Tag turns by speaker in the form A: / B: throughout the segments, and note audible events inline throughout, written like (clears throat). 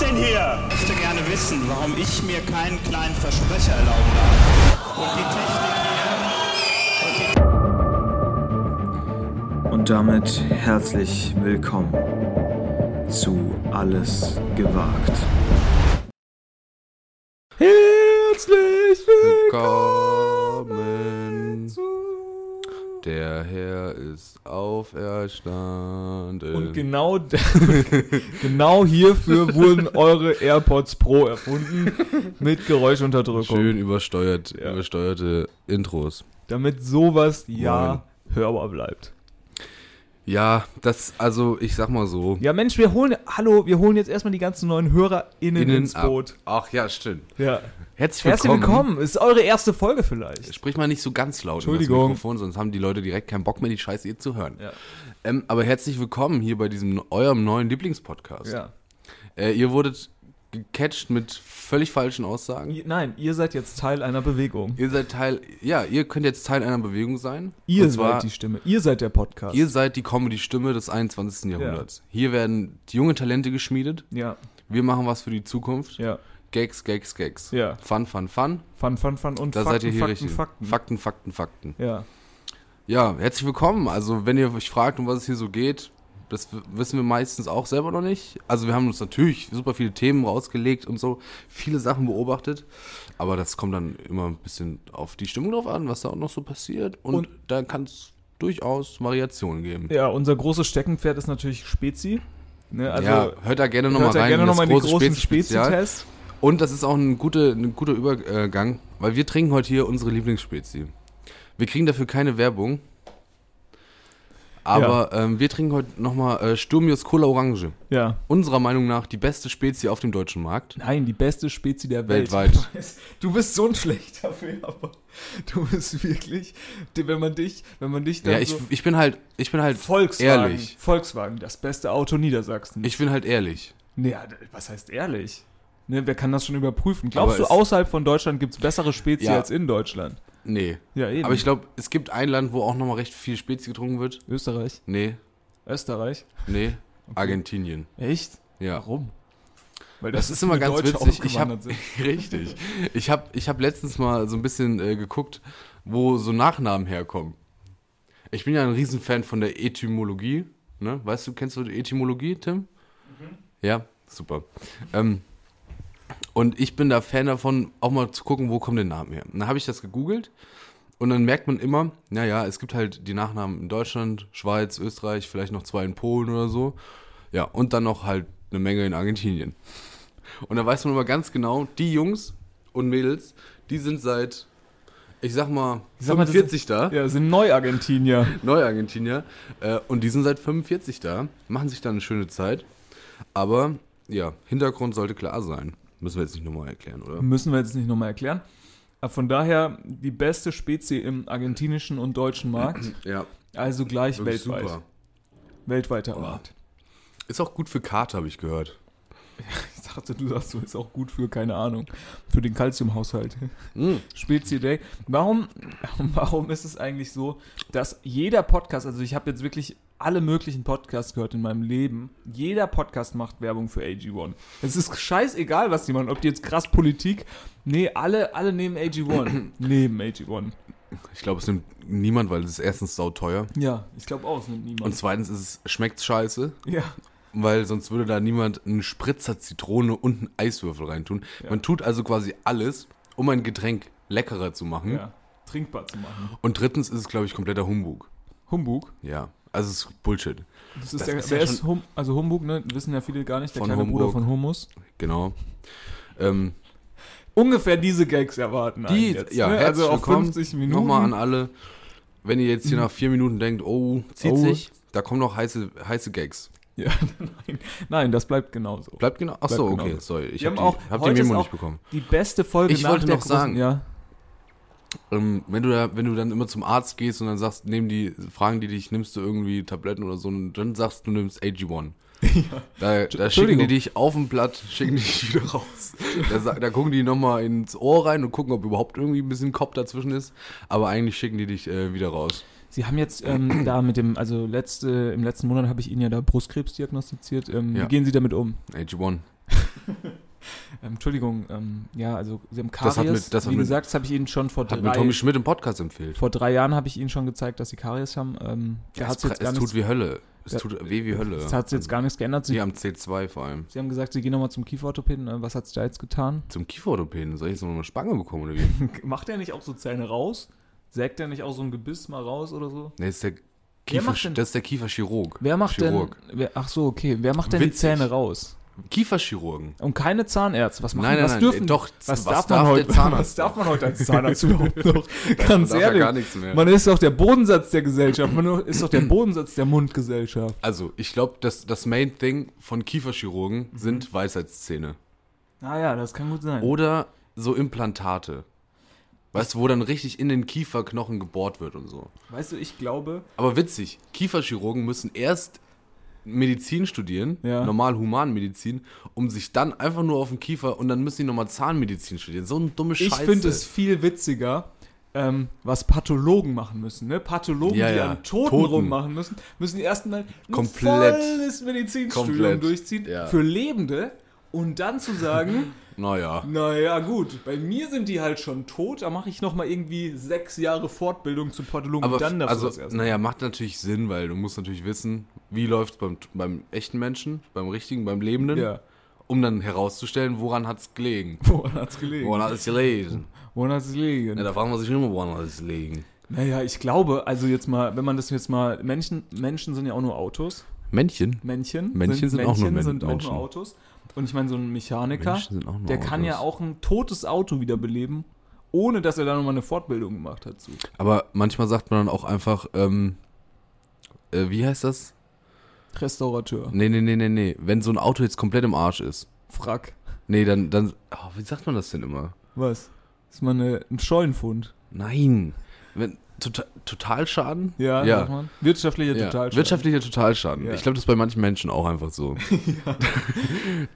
A: denn hier? Ich möchte gerne wissen, warum ich mir keinen kleinen Versprecher erlauben darf. Und die Technik hier.
B: Und damit herzlich willkommen zu Alles gewagt.
C: Herzlich
D: Willkommen.
C: zu.
D: Der Herr ist auferstanden.
C: Und genau, d- (laughs) genau hierfür wurden eure AirPods Pro erfunden mit Geräuschunterdrückung.
D: Schön übersteuert, übersteuerte Intros.
C: Damit sowas ja hörbar bleibt.
D: Ja, das, also ich sag mal so.
C: Ja, Mensch, wir holen. Hallo, wir holen jetzt erstmal die ganzen neuen HörerInnen
D: innen
C: ins Boot.
D: Ab. Ach ja, stimmt.
C: Ja.
D: Herzlich willkommen.
C: Herzlich willkommen. Ist eure erste Folge vielleicht.
D: Sprich mal nicht so ganz laut in das
C: Entschuldigung.
D: Mikrofon, sonst haben die Leute direkt keinen Bock mehr, die Scheiße hier zu hören.
C: Ja.
D: Ähm, aber herzlich willkommen hier bei diesem eurem neuen Lieblingspodcast.
C: Ja.
D: Äh, ihr wurdet gecatcht mit völlig falschen Aussagen.
C: Ihr- Nein, ihr seid jetzt Teil einer Bewegung.
D: Ihr seid Teil, ja, ihr könnt jetzt Teil einer Bewegung sein.
C: Ihr
D: Und zwar-
C: seid die Stimme. Ihr seid der Podcast.
D: Ihr seid die Comedy-Stimme des 21. Jahrhunderts. Hier werden junge Talente geschmiedet.
C: ja,
D: Wir machen was für die Zukunft.
C: ja.
D: Gags, Gags, Gags.
C: Ja.
D: Fun, fun, fun.
C: Fun, fun, fun und
D: Da
C: Fakten,
D: seid ihr hier
C: Fakten,
D: richtig.
C: Fakten.
D: Fakten, Fakten, Fakten.
C: Ja.
D: Ja, herzlich willkommen. Also, wenn ihr euch fragt, um was es hier so geht, das w- wissen wir meistens auch selber noch nicht. Also, wir haben uns natürlich super viele Themen rausgelegt und so, viele Sachen beobachtet. Aber das kommt dann immer ein bisschen auf die Stimmung drauf an, was da auch noch so passiert. Und,
C: Und-
D: da kann es durchaus Variationen geben.
C: Ja, unser großes Steckenpferd ist natürlich Spezi. Ne, also
D: ja, hört da gerne nochmal
C: hört ja
D: rein.
C: gerne
D: in das
C: nochmal in die
D: große
C: großen
D: Spezi-Spezial.
C: Spezi-Tests.
D: Und das ist auch ein, gute, ein guter Übergang, weil wir trinken heute hier unsere Lieblingsspezie. Wir kriegen dafür keine Werbung. Aber ähm, wir trinken heute nochmal äh, Sturmius Cola Orange.
C: Ja.
D: Unserer Meinung nach die beste Spezie auf dem deutschen Markt.
C: Nein, die beste Spezi der Welt.
D: Weltweit.
C: (laughs) Du bist so ein schlechter Werber. Du bist wirklich, wenn man dich, wenn man dich dann
D: Ja, ich,
C: so
D: ich bin halt, ich bin halt
C: also Volkswagen,
D: ehrlich.
C: Volkswagen, das beste Auto Niedersachsen.
D: Ich bin halt ehrlich.
C: naja, was heißt ehrlich? Ne, wer kann das schon überprüfen? Glaubst
D: Aber
C: du,
D: es-
C: außerhalb von Deutschland gibt es bessere Spezi
D: Ja.
C: als in Deutschland?
D: Nee.
C: Ja, eben.
D: Aber ich glaube, es gibt ein Land, wo auch nochmal recht viel Spezie getrunken wird.
C: Österreich,
D: Nee,
C: Österreich.
D: nee. Argentinien.
C: Echt?
D: Ja.
C: Warum? Weil
D: Das ist immer
C: viele
D: ganz
C: Deutsche
D: witzig. Ich
C: ausgewandert
D: hab,
C: sind.
D: (laughs) richtig. Ich habe ich hab letztens mal so ein bisschen äh, geguckt, wo so Nachnamen herkommen. Ich bin ja ein Riesenfan von der Etymologie. Ne? Weißt du, kennst du die Etymologie, Tim? Ja, super. Ähm, und ich bin da Fan davon, auch mal zu gucken, wo kommen den Namen her. Und Dann habe ich das gegoogelt und dann merkt man immer, naja, es gibt halt die Nachnamen in Deutschland, Schweiz, Österreich, vielleicht noch zwei in Polen oder so. Ja, und dann noch halt eine Menge in Argentinien. Und da weiß man immer ganz genau, die Jungs und Mädels, die sind seit, ich sag mal,
C: Ich sag mal, das
D: 45 da,
C: Ja, sind Neu-Argentinier.
D: Neuargentinier, äh, und die sind seit 45 da, machen sich dann eine schöne Zeit. Aber ja, Hintergrund sollte klar sein. Müssen wir jetzt nicht nochmal erklären, oder?
C: Müssen wir jetzt nicht nochmal erklären. Aber von daher die beste Spezie im argentinischen und deutschen
D: (clears throat)
C: Markt.
D: Ja,
C: Also gleich
D: wirklich
C: weltweit.
D: super.
C: Weltweiter Markt.
D: Ist auch gut für Kater, habe ich gehört.
C: Ich dachte, du sagst, so ist auch gut für, keine Ahnung, für den Kalziumhaushalt.
D: Hm.
C: Spezie Day. Warum, (laughs) warum ist es eigentlich so, dass jeder Podcast, also ich habe jetzt wirklich alle möglichen Podcasts gehört in meinem Leben, jeder Podcast macht Werbung für AG1. Es ist scheißegal, was die machen, ob die jetzt krass Politik, nee, alle, alle nehmen
D: (clears throat)
C: AG1. neben AG1.
D: Ich glaube, es nimmt niemand, weil es ist erstens sauteuer.
C: Ja, ich glaube auch, es nimmt
D: Und
C: niemand.
D: zweitens ist es, schmeckt scheiße,
C: ja.
D: weil sonst würde da niemand einen Spritzer Zitrone und einen Eiswürfel reintun. Man tut also quasi alles, um ein Getränk leckerer zu machen.
C: ja, trinkbar zu machen.
D: Und drittens ist es, glaube ich, kompletter Humbug.
C: Humbug.
D: Ja, also es ist Bullshit.
C: Das ist
D: Das
C: der,
D: ist
C: der
D: ja
C: ist hum, also Humbug, ne, wissen ja viele gar nicht, der
D: Von
C: kleine Bruder
D: Humbug.
C: von Humus.
D: Genau. Ähm,
C: Ungefähr diese Gags erwarten einen
D: die,
C: jetzt,
D: ja,
C: ne?
D: herzlich
C: Also auf
D: willkommen.
C: 50 Minuten.
D: Nochmal an alle. Wenn ihr jetzt hier nach vier Minuten denkt, oh, zieht
C: Oh.
D: sich, da kommen noch heiße, heiße Gags.
C: (laughs) Ja, nein, nein, das bleibt genauso.
D: Bleibt genau. Achso,
C: Bleibt genau
D: okay,
C: so.
D: sorry. Ich
C: Wir
D: habe
C: haben
D: hab die,
C: auch-
D: hab die
C: heute ist
D: Memo
C: auch-
D: nicht bekommen.
C: Die beste Folge
D: Ich
C: nach
D: wollte
C: der
D: noch
C: großen,
D: sagen.
C: Ja,
D: Ähm, wenn, du da, wenn du dann immer zum Arzt gehst und dann sagst, nehmen die, fragen die dich, nimmst du irgendwie Tabletten oder so, und dann sagst du, nimmst
C: (laughs)
D: AG1. Da, da schicken die
C: Entschuldigung.
D: dich auf den Blatt, schicken die dich wieder raus. Da, sa- da gucken die nochmal ins Ohr rein und gucken, ob überhaupt irgendwie ein bisschen Kopf dazwischen ist. Aber eigentlich schicken die dich äh, wieder raus.
C: Sie haben jetzt
D: (clears throat)
C: ähm, da mit dem, also letzte, im letzten Monat habe ich Ihnen ja da Brustkrebs diagnostiziert. Ähm,
D: Ja.
C: Wie gehen Sie damit um?
D: AG1.
C: Ähm, Entschuldigung, ähm, ja, also Sie haben
D: Das
C: Karies.
D: hat mit- das hat
C: Wie
D: mit-
C: gesagt, das habe ich Ihnen schon vor
D: Hat mir Tommy
C: drei,
D: Schmidt im Podcast empfiehlt.
C: vor drei Jahren habe ich Ihnen schon gezeigt, dass Sie Karies haben. Ähm, da
D: es
C: hat's jetzt
D: pra-
C: gar
D: es tut
C: nichts-
D: wie Hölle. Es
C: Ja.
D: tut weh wie Hölle. Also
C: das hat es jetzt gar nichts geändert. Sie,
D: Hier am C2 vor allem.
C: Sie haben gesagt, Sie gehen nochmal zum Kieferorthopäden. Äh, Was hat es da jetzt getan?
D: Zum Kieferorthopäden. Soll ich jetzt noch eine Spange bekommen oder wie?
C: Macht er nicht auch so Zähne raus? Sägt er nicht auch so ein Gebiss mal raus oder so?
D: Nee, ist der Kiefer,
C: macht denn-
D: das ist der Kieferchirurg.
C: Wer macht
D: Chirurg.
C: denn. Wer, ach so, okay. Wer macht denn die
D: Witzig.
C: Zähne raus?
D: Kieferchirurgen.
C: Und keine Zahnärzte. Was machen
D: Nein, nein,
C: was
D: nein,
C: dürfen
D: äh, doch,
C: was,
D: was
C: darf
D: darf
C: man
D: der
C: heute,
D: Zahnarzt
C: was
D: (laughs)
C: darf man heute als Zahnarzt überhaupt noch? Ganz
D: darf er
C: ehrlich.
D: gar nichts mehr.
C: Man ist doch der Bodensatz der Gesellschaft. Man ist doch der Bodensatz der Mundgesellschaft.
D: Also, ich glaube, das, das Main Thing von Kieferchirurgen
C: Mhm.
D: sind Weisheitszähne.
C: Naja, Ah das kann gut sein.
D: Oder so Implantate. Weißt du, wo dann richtig in den Kieferknochen gebohrt wird und so.
C: Weißt du, ich glaube.
D: Aber witzig, Kieferchirurgen müssen erst Medizin studieren,
C: Ja.
D: normal Humanmedizin, um sich dann einfach nur auf den Kiefer und dann müssen die nochmal Zahnmedizin studieren. So eine dumme
C: Ich
D: Scheiße.
C: finde es viel witziger, ähm, was Pathologen machen müssen. Ne? Pathologen,
D: Ja,
C: die
D: ja.
C: an Toten,
D: Toten.
C: rummachen müssen, müssen die erstmal ein
D: Komplett.
C: volles Medizinstudium
D: Komplett.
C: durchziehen
D: Ja.
C: für Lebende und dann zu
D: (laughs)
C: sagen,
D: Naja.
C: naja gut, bei mir sind die halt schon tot, da mache ich nochmal irgendwie sechs Jahre Fortbildung zum Pathologen
D: Aber
C: und dann darfst du das
D: also,
C: erst.
D: naja, macht natürlich Sinn, weil du musst natürlich wissen, wie läuft es beim, beim echten Menschen, beim richtigen, beim Lebenden,
C: Ja.
D: um dann herauszustellen, woran hat es gelegen.
C: Woran hat's gelegen?
D: Woran hat es gelegen?
C: Woran hat's gelegen?
D: Ja, da fragen wir sich immer, woran hat es gelegen.
C: naja, ich glaube, also jetzt mal, wenn man das jetzt mal, Menschen, Menschen sind ja auch nur Autos.
D: Männchen?
C: Männchen.
D: Männchen sind auch nur Men-
C: sind auch
D: Menschen.
C: nur Autos. Und ich meine, so ein Mechaniker,
D: Menschen sind auch nur
C: der kann ja
D: Autos.
C: auch ein totes Auto wiederbeleben, ohne dass er da nochmal eine Fortbildung gemacht hat. Zu.
D: Aber manchmal sagt man dann auch einfach, ähm, äh, wie heißt das?
C: Restaurateur.
D: Nee, nee, nee, nee, nee. Wenn so ein Auto jetzt komplett im Arsch ist.
C: Frack.
D: Nee, dann, dann, oh, wie sagt man das denn immer?
C: Was? Das ist mal eine, ein Scheunenfund.
D: Nein. Wenn, total, Totalschaden?
C: Ja,
D: ja.
C: sagt man. Wirtschaftlicher
D: Ja,
C: Totalschaden.
D: Wirtschaftlicher Totalschaden.
C: Ja.
D: Ich glaube, das ist bei manchen Menschen auch einfach (laughs) so.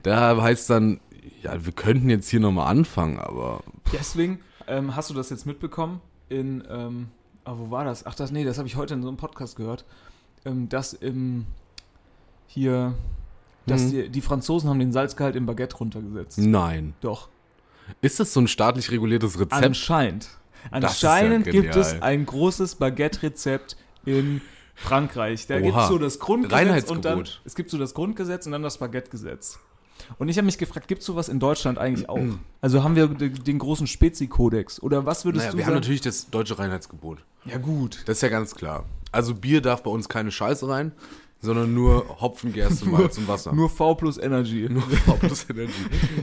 D: da heißt dann, ja, wir könnten jetzt hier nochmal anfangen, aber
C: Deswegen, ähm, hast du das jetzt mitbekommen? In, ähm, ah, wo war das? Ach, das, nee, das habe ich heute in so einem Podcast gehört. Ähm, dass im, hier, dass
D: Mhm.
C: die, die Franzosen haben den Salzgehalt im Baguette runtergesetzt.
D: nein.
C: Doch.
D: Ist das so ein staatlich reguliertes Rezept?
C: Anscheinend.
D: Das ist
C: Anscheinend
D: ja
C: gibt es
D: genial.
C: ein großes Baguette-Rezept in Frankreich. Da
D: Oha.
C: gibt es so das Grundgesetz und
D: Reinheitsgebot.
C: dann es gibt so das Grundgesetz und dann das Baguette-Gesetz. Und ich habe mich gefragt, gibt es sowas in Deutschland eigentlich
D: (clears throat)
C: auch? Also haben wir de- den großen Spezi-Kodex? Oder was würdest
D: Naja,
C: du
D: wir haben
C: sagen?
D: natürlich das deutsche Reinheitsgebot.
C: ja gut.
D: Das ist ja ganz klar. Also Bier darf bei uns keine Scheiße rein, sondern nur Hopfen, (laughs) Gerste, Malz und Wasser.
C: Nur V plus Energy.
D: Nur Fabulous Energy.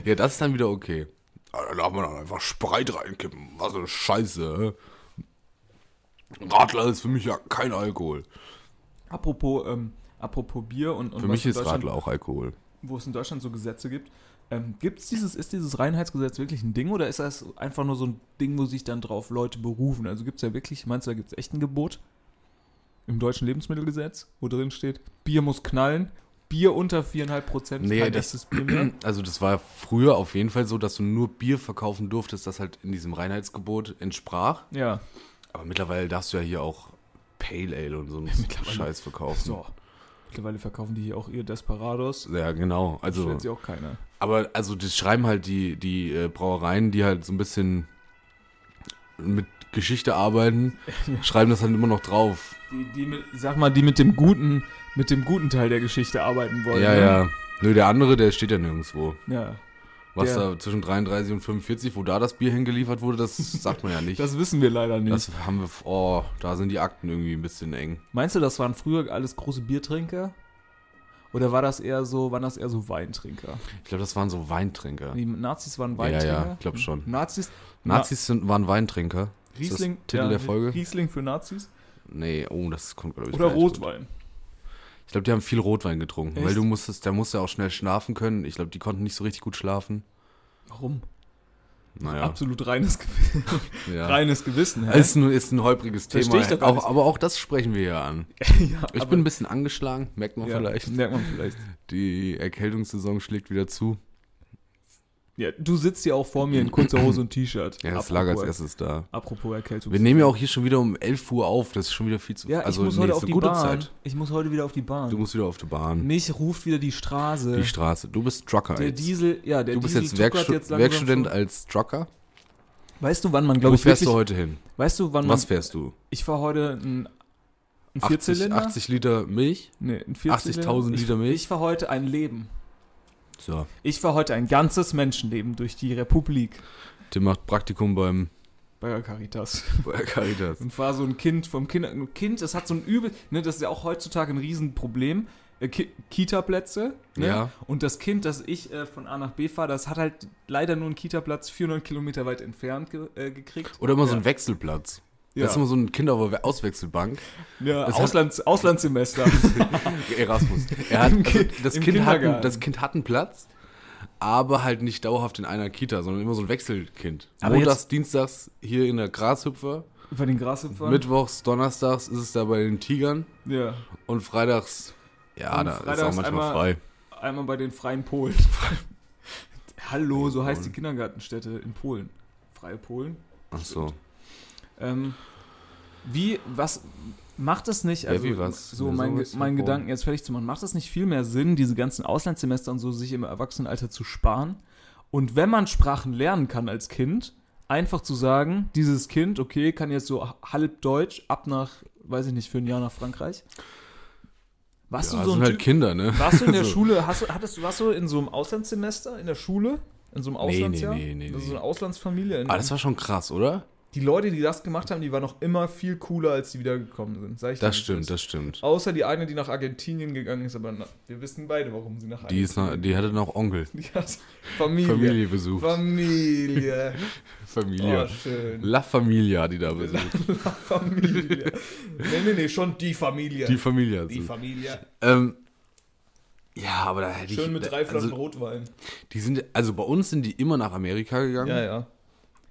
D: Ja, das ist dann wieder okay. Aber Ah, Da darf man dann einfach Spreit reinkippen. Was eine Scheiße. hä? Radler ist für mich ja kein Alkohol.
C: Apropos, ähm, apropos Bier und, und
D: Für
C: was
D: mich
C: in
D: ist
C: Deutschland-
D: Radler auch Alkohol.
C: wo es in Deutschland so Gesetze gibt. Ähm, gibt's dieses, ist dieses Reinheitsgesetz wirklich ein Ding oder ist das einfach nur so ein Ding, wo sich dann drauf Leute berufen? Also gibt's ja wirklich, meinst du, da gibt's echt ein Gebot? Im deutschen Lebensmittelgesetz, wo drin steht, Bier muss knallen, Bier unter 4,5 Prozent,
D: Nee, das-
C: echtes Bier mehr.
D: (clears throat) Also das war früher auf jeden Fall so, dass du nur Bier verkaufen durftest, das halt in diesem Reinheitsgebot entsprach.
C: Ja,
D: Aber mittlerweile darfst du ja hier auch Pale Ale und so (laughs) einen Scheiß verkaufen.
C: so. Mittlerweile verkaufen die hier auch ihr Desperados.
D: Ja, genau. Also
C: Stellt sie auch keiner.
D: Aber also das schreiben halt die, die äh, Brauereien, die halt so ein bisschen mit Geschichte (laughs) arbeiten, schreiben das halt immer noch drauf.
C: Die, die mit, sag mal, die mit dem guten, mit dem guten Teil der Geschichte arbeiten wollen.
D: Ja,
C: ne?
D: ja. Nö, der andere, der steht ja nirgendwo.
C: Ja,
D: Was
C: Der-
D: da zwischen 33 und 45, wo da das Bier hingeliefert wurde, das sagt man ja nicht. das,
C: das wissen wir leider nicht.
D: haben wir, oh, da sind die Akten irgendwie ein bisschen eng.
C: Meinst du, das waren früher alles große Biertrinker? Oder war das eher so, waren das eher so Weintrinker?
D: Ich glaube, das waren so Weintrinker.
C: Die Nazis waren
D: Ja,
C: Weintrinker. Mhm.
D: ja, ich glaub schon.
C: Nazis.
D: Nazis sind, waren Weintrinker.
C: Na, Riesling.
D: Ist das Titel
C: ja,
D: der Folge?
C: Riesling für Nazis.
D: Nee, oh, das kommt, glaube ich,
C: Oder
D: gleich.
C: Rotwein.
D: Ich glaube, die haben viel Rotwein getrunken,
C: Echt?
D: weil du musstest, der musste auch schnell schlafen können. Ich glaube, die konnten nicht so richtig gut schlafen.
C: Warum?
D: Naja.
C: Absolut reines Gewissen. (laughs)
D: Ja.
C: reines Gewissen, hä?
D: (laughs) Ist ein, ist ein holpriges Thema.
C: Versteh ich doch gar
D: auch,
C: nicht.
D: aber auch das sprechen wir ja an.
C: (laughs) ja,
D: Ich
C: aber-
D: bin ein bisschen angeschlagen, merkt man
C: ja,
D: vielleicht.
C: Merkt man vielleicht.
D: Die Erkältungssaison schlägt wieder zu.
C: Ja, du sitzt ja auch vor mir in kurzer Hose und T-Shirt.
D: Ja, das
C: Apropos-
D: lag als erstes da.
C: Apropos Erkältung.
D: Wir nehmen ja auch hier schon wieder um 11 Uhr auf. Das ist schon wieder viel zu
C: ja, ich
D: also,
C: muss
D: nee,
C: heute
D: ist
C: auf
D: eine
C: die
D: gute
C: Bahn.
D: Zeit.
C: Ich muss heute wieder auf die Bahn.
D: Du musst wieder auf die Bahn.
C: Mich ruft wieder die Straße.
D: Die Straße. Du bist Trucker
C: äh, der
D: jetzt.
C: Diesel, ja, der
D: du bist
C: Diesel
D: jetzt,
C: tuckert
D: Werkstu
C: langsam
D: Werkstudent
C: schon.
D: als Trucker.
C: Weißt du, wann man,
D: Wo
C: glaube ich,
D: fährst
C: wirklich,
D: du heute hin?
C: weißt du, wann man,
D: Was fährst du?
C: ich fahre heute ein, ein
D: 80,
C: Vierzylinder?
D: 80 Liter Milch?
C: nee, ein
D: 80.000
C: Vierzylinder.
D: Liter
C: Ich,
D: Milch?
C: ich fahre heute ein Leben.
D: So.
C: Ich fahre heute ein ganzes Menschenleben durch die Republik
D: Tim macht Praktikum beim (laughs)
C: bei der Caritas. (laughs)
D: bei der Caritas.
C: Und war so ein Kind vom Kinder... ein Kind, das hat so ein Übel... Ne, das ist ja auch heutzutage ein Riesenproblem. Äh, Ki Kita-Plätze. Ne?
D: Ja.
C: Und das Kind, das ich äh, von A nach B fahre, das hat halt leider nur einen Kita-Platz 400 Kilometer weit entfernt ge äh, gekriegt.
D: Oder immer so ein Wechselplatz.
C: Ja.
D: Das ist immer so ein Kind auf der Auswechselbank.
C: ja,
D: das hat-
C: Auslands (laughs) Auslandssemester.
D: Erasmus. Er hat,
C: Im Ki-
D: also das,
C: im
D: kind hat, einen-
C: Kindergarten.
D: das Kind hat einen Platz, aber halt nicht dauerhaft in einer Kita, sondern immer so ein Wechselkind.
C: Aber
D: Montags, Dienstags hier in der Grashüpfer,
C: Über den Grashüpfer.
D: Mittwochs, Donnerstags ist es da bei den Tigern
C: ja.
D: und Freitags, ja,
C: Und
D: da ist
C: freitags
D: auch manchmal
C: einmal-
D: frei.
C: Einmal bei den Freien Polen. Hallo, so heißt die Kindergartenstätte in Polen. Freie Polen.
D: Ach so.
C: Ähm, wie, was, macht es nicht,
D: Ja,
C: also
D: wie was?
C: so
D: Ja,
C: mein,
D: sowas,
C: mein
D: ja, warum?
C: Gedanken jetzt fertig zu machen, macht es nicht viel mehr Sinn, diese ganzen Auslandssemester und so sich im Erwachsenenalter zu sparen? Und wenn man Sprachen lernen kann als Kind, einfach zu sagen, dieses Kind, okay, kann jetzt so halb Deutsch ab nach, weiß ich nicht, für ein Jahr nach Frankreich. Warst
D: Ja,
C: du so
D: sind
C: ein
D: halt
C: Typ,
D: Kinder, ne?
C: warst du in der
D: (laughs) So.
C: Schule, hast du, hattest, du- warst du in so einem Auslandssemester in der Schule? In so einem
D: Nee, nee,
C: Auslandsjahr?
D: nee, nee,
C: Das ist so
D: nee.
C: eine Auslandsfamilie. In
D: Ah, das war schon krass, oder?
C: die Leute, die das gemacht haben, die waren noch immer viel cooler, als die wiedergekommen sind. Sag ich dir,
D: Das
C: wie es
D: stimmt,
C: ist.
D: das stimmt.
C: Außer die eine, die nach Argentinien gegangen ist, aber na, wir wissen beide, warum sie nach
D: Die, ist noch, die hatte noch Onkel.
C: Die hat (laughs) Familie.
D: Familie besucht. (laughs)
C: Familie.
D: Familie.
C: Oh, schön.
D: La Familia hat die da besucht.
C: Familie. Nee, nee, nee, schon die Familie.
D: Die Familie. hat
C: Die
D: sie.
C: Familie.
D: Ähm, ja, aber da hätte ich.
C: Schön mit drei Flaschen
D: also,
C: Rotwein.
D: Die sind, also bei uns sind die immer nach Amerika gegangen.
C: Ja, ja.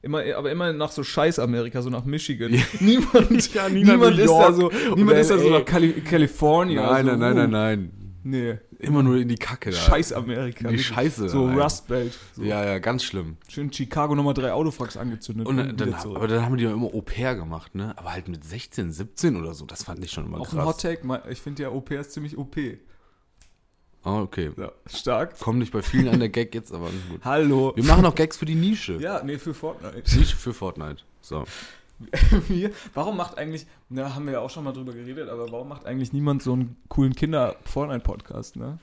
C: Immer, aber immer nach so Scheiß-Amerika, so nach Michigan.
D: Ja.
C: (laughs) Niemand,
D: Ja, nie nach
C: niemand
D: New
C: ist da
D: York
C: so,
D: oder
C: niemand ist da so
D: LA.
C: nach Kali Kalifornien. oder
D: Nein,
C: so.
D: nein, nein, nein,
C: Uh,
D: nein.
C: Nee.
D: Immer nur in die Kacke da.
C: Scheiß Amerika.
D: Die Scheiße.
C: So
D: rein.
C: Rust Belt. So.
D: Ja, ja, ganz schlimm.
C: Schön Chicago nochmal drei Autofracks angezündet.
D: Und
C: wieder
D: dann,
C: zurück.
D: aber dann haben die ja immer Au pair gemacht, ne? Aber halt mit 16, 17 oder so. Das fand ich schon immer
C: auch ein
D: krass.
C: Hot Take. mein- Ich finde ja OP ist ziemlich OP.
D: Ah, okay.
C: Ja, stark.
D: Komm nicht bei vielen an der Gag jetzt, aber (laughs) gut.
C: Hallo.
D: Wir machen auch Gags für die Nische.
C: Ja, nee, für Fortnite. (laughs)
D: Nische für Fortnite. So.
C: Wir, warum macht eigentlich, na, haben wir ja auch schon mal drüber geredet, aber warum macht eigentlich niemand so einen coolen Kinder-Fortnite-Podcast, ne?